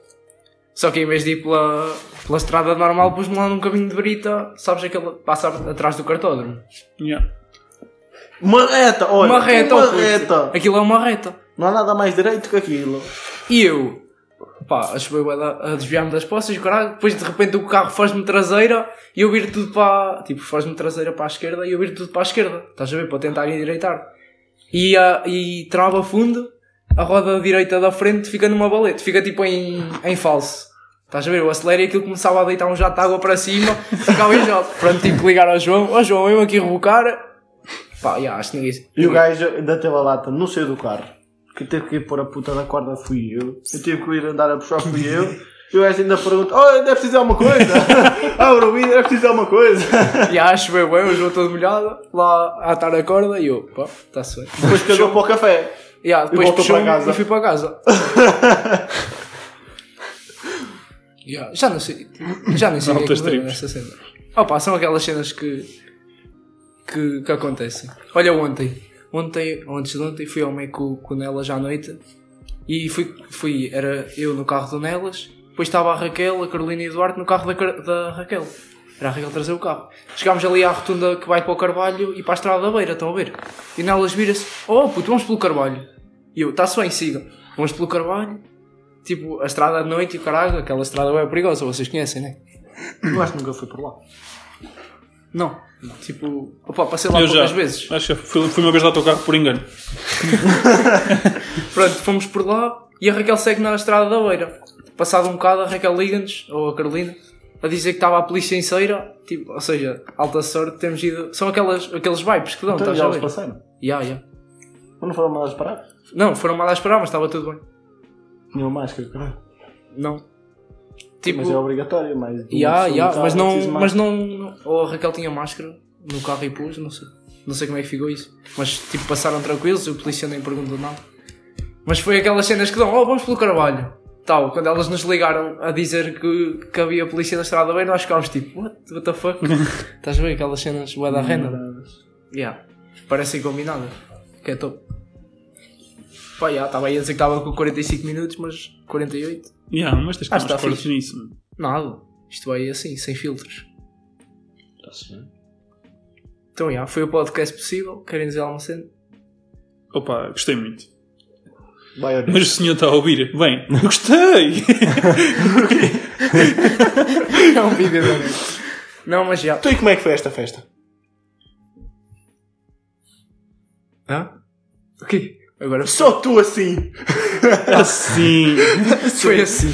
S5: Só que em vez de ir pela, pela estrada normal, pus-me lá num caminho de brita, sabes aquele passa atrás do cartódromo.
S6: Yeah.
S7: Uma reta, olha.
S5: uma reta, ó,
S7: Uma
S5: puto.
S7: reta.
S5: Aquilo é uma reta.
S7: Não há nada mais direito que aquilo.
S5: E eu, pá, a chover bué da- a desviar-me das poças, caralho. Depois de repente o carro faz-me traseira e eu viro tudo para. Tipo, faz-me traseira para a esquerda e eu viro tudo para a esquerda. Estás a ver? Para tentar endireitar. E, a, e trava fundo, a roda direita da frente fica numa balete, fica tipo em, em falso. Estás a ver? Eu acelero e aquilo começava a deitar um jato de água para cima, ficava em jato. Pronto, tive que ligar ao João, ó João, eu aqui rebocar. Pá, já, acho que ninguém.
S7: E o gajo ainda teve a lata no seio do carro. Que teve que ir pôr a puta da corda, fui eu. Eu tive que ir andar a puxar, fui eu. E o gajo ainda pergunta: Oh, ainda é preciso de alguma coisa? Abre o vidro, é preciso de alguma coisa.
S5: E acho bem, bem, o João todo molhado, lá a atar a corda e eu, pá, está-se bem.
S7: Depois cagou para o café.
S5: E ah, depois
S7: voltou
S5: puxou
S7: para casa.
S5: e fui para casa. E, ah, já não sei, já nem sei o que é
S6: Altas
S5: que me lembro
S6: tribos.
S5: nessa cena. Opa, são aquelas cenas que, que, que acontecem. Olha ontem, ontem, ou antes de ontem, fui ao meio com, com o Nelas à noite e fui, fui, era eu no carro do Nelas, depois estava a Raquel, a Carolina e o Eduardo no carro da, Car- da Raquel. Era a Raquel trazer o carro. Chegámos ali à rotunda que vai para o Carvalho e para a Estrada da Beira, estão a ver? E Nelas vira-se, oh puto, vamos pelo Carvalho. E eu, está-se bem, siga. Vamos pelo Carvalho. Tipo, a estrada à noite e o caralho, aquela estrada é perigosa, vocês conhecem, né?
S7: Eu acho que nunca fui por lá.
S5: Não. Tipo, opa, passei lá
S6: Eu já.
S5: poucas vezes.
S6: Acho que fui, fui uma vez lá ao teu carro por engano.
S5: Pronto, fomos por lá e a Raquel segue na estrada da beira. Passado um bocado, a Raquel liga-nos, ou a Carolina, a dizer que estava a polícia em Ceira. Tipo, ou seja, alta sorte, temos ido. São aquelas, aqueles vibes que dão,
S7: Então
S5: estás
S7: já
S5: a
S7: os
S5: ver?
S7: passaram.
S5: Ya, ya.
S7: Mas não foram mandados parar?
S5: Não, foram mal a esperar, mas estava tudo bem.
S7: Tinham máscara, caralho.
S5: Não. Tipo,
S7: Mas é obrigatório, mas.
S5: Ya,
S7: se um
S5: ya,
S7: carro
S5: mas
S7: precisa
S5: não,
S7: de
S5: mas
S7: máscara.
S5: não, não- Ou a Raquel tinha máscara no carro e pôs, não sei. Não sei como é que ficou isso. Mas tipo, passaram tranquilos, o polícia nem perguntou nada. Mas foi aquelas cenas que dão, oh, vamos pelo Carvalho. Tal, quando elas nos ligaram a dizer que, que havia polícia na estrada bem, nós ficámos tipo, what, what the fuck? Estás a ver aquelas cenas bué da renda? Yeah. Parecem combinadas. Que é top. Pá, já, estava aí a dizer que estava com 45 minutos, mas 48?
S6: Yeah, mas tens que
S5: Acho
S6: estar
S5: que
S6: mais
S5: tá
S6: fortes
S5: fixe.
S6: nisso. mano.
S5: Nada. Isto vai assim, sem filtros. Tá Então, já, foi o podcast possível. Querem dizer alguma cena?
S6: Opa, gostei muito.
S7: Vai, olha.
S6: Mas o senhor está a ouvir? Bem, eu gostei!
S5: É um vídeo da noite. Não, mas já.
S7: Então e como é que foi esta festa?
S5: Hã? O quê? Agora
S7: Só tu assim.
S6: Assim.
S5: foi assim.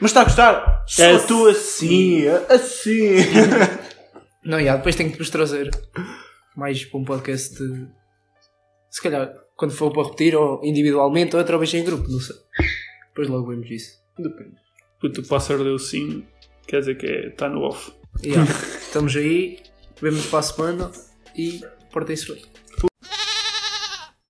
S7: Mas está a gostar? Só
S6: É
S7: tu assim. Assim.
S5: Não, já, depois tenho que vos trazer mais para um podcast. de- Se calhar, quando for para repetir, ou individualmente, ou outra vez em grupo, não sei. Depois logo vemos isso.
S6: Depende. Puto, o pássaro deu sim. Quer dizer que está no off.
S5: E, já, estamos aí, vemos para a semana e portem-se bem.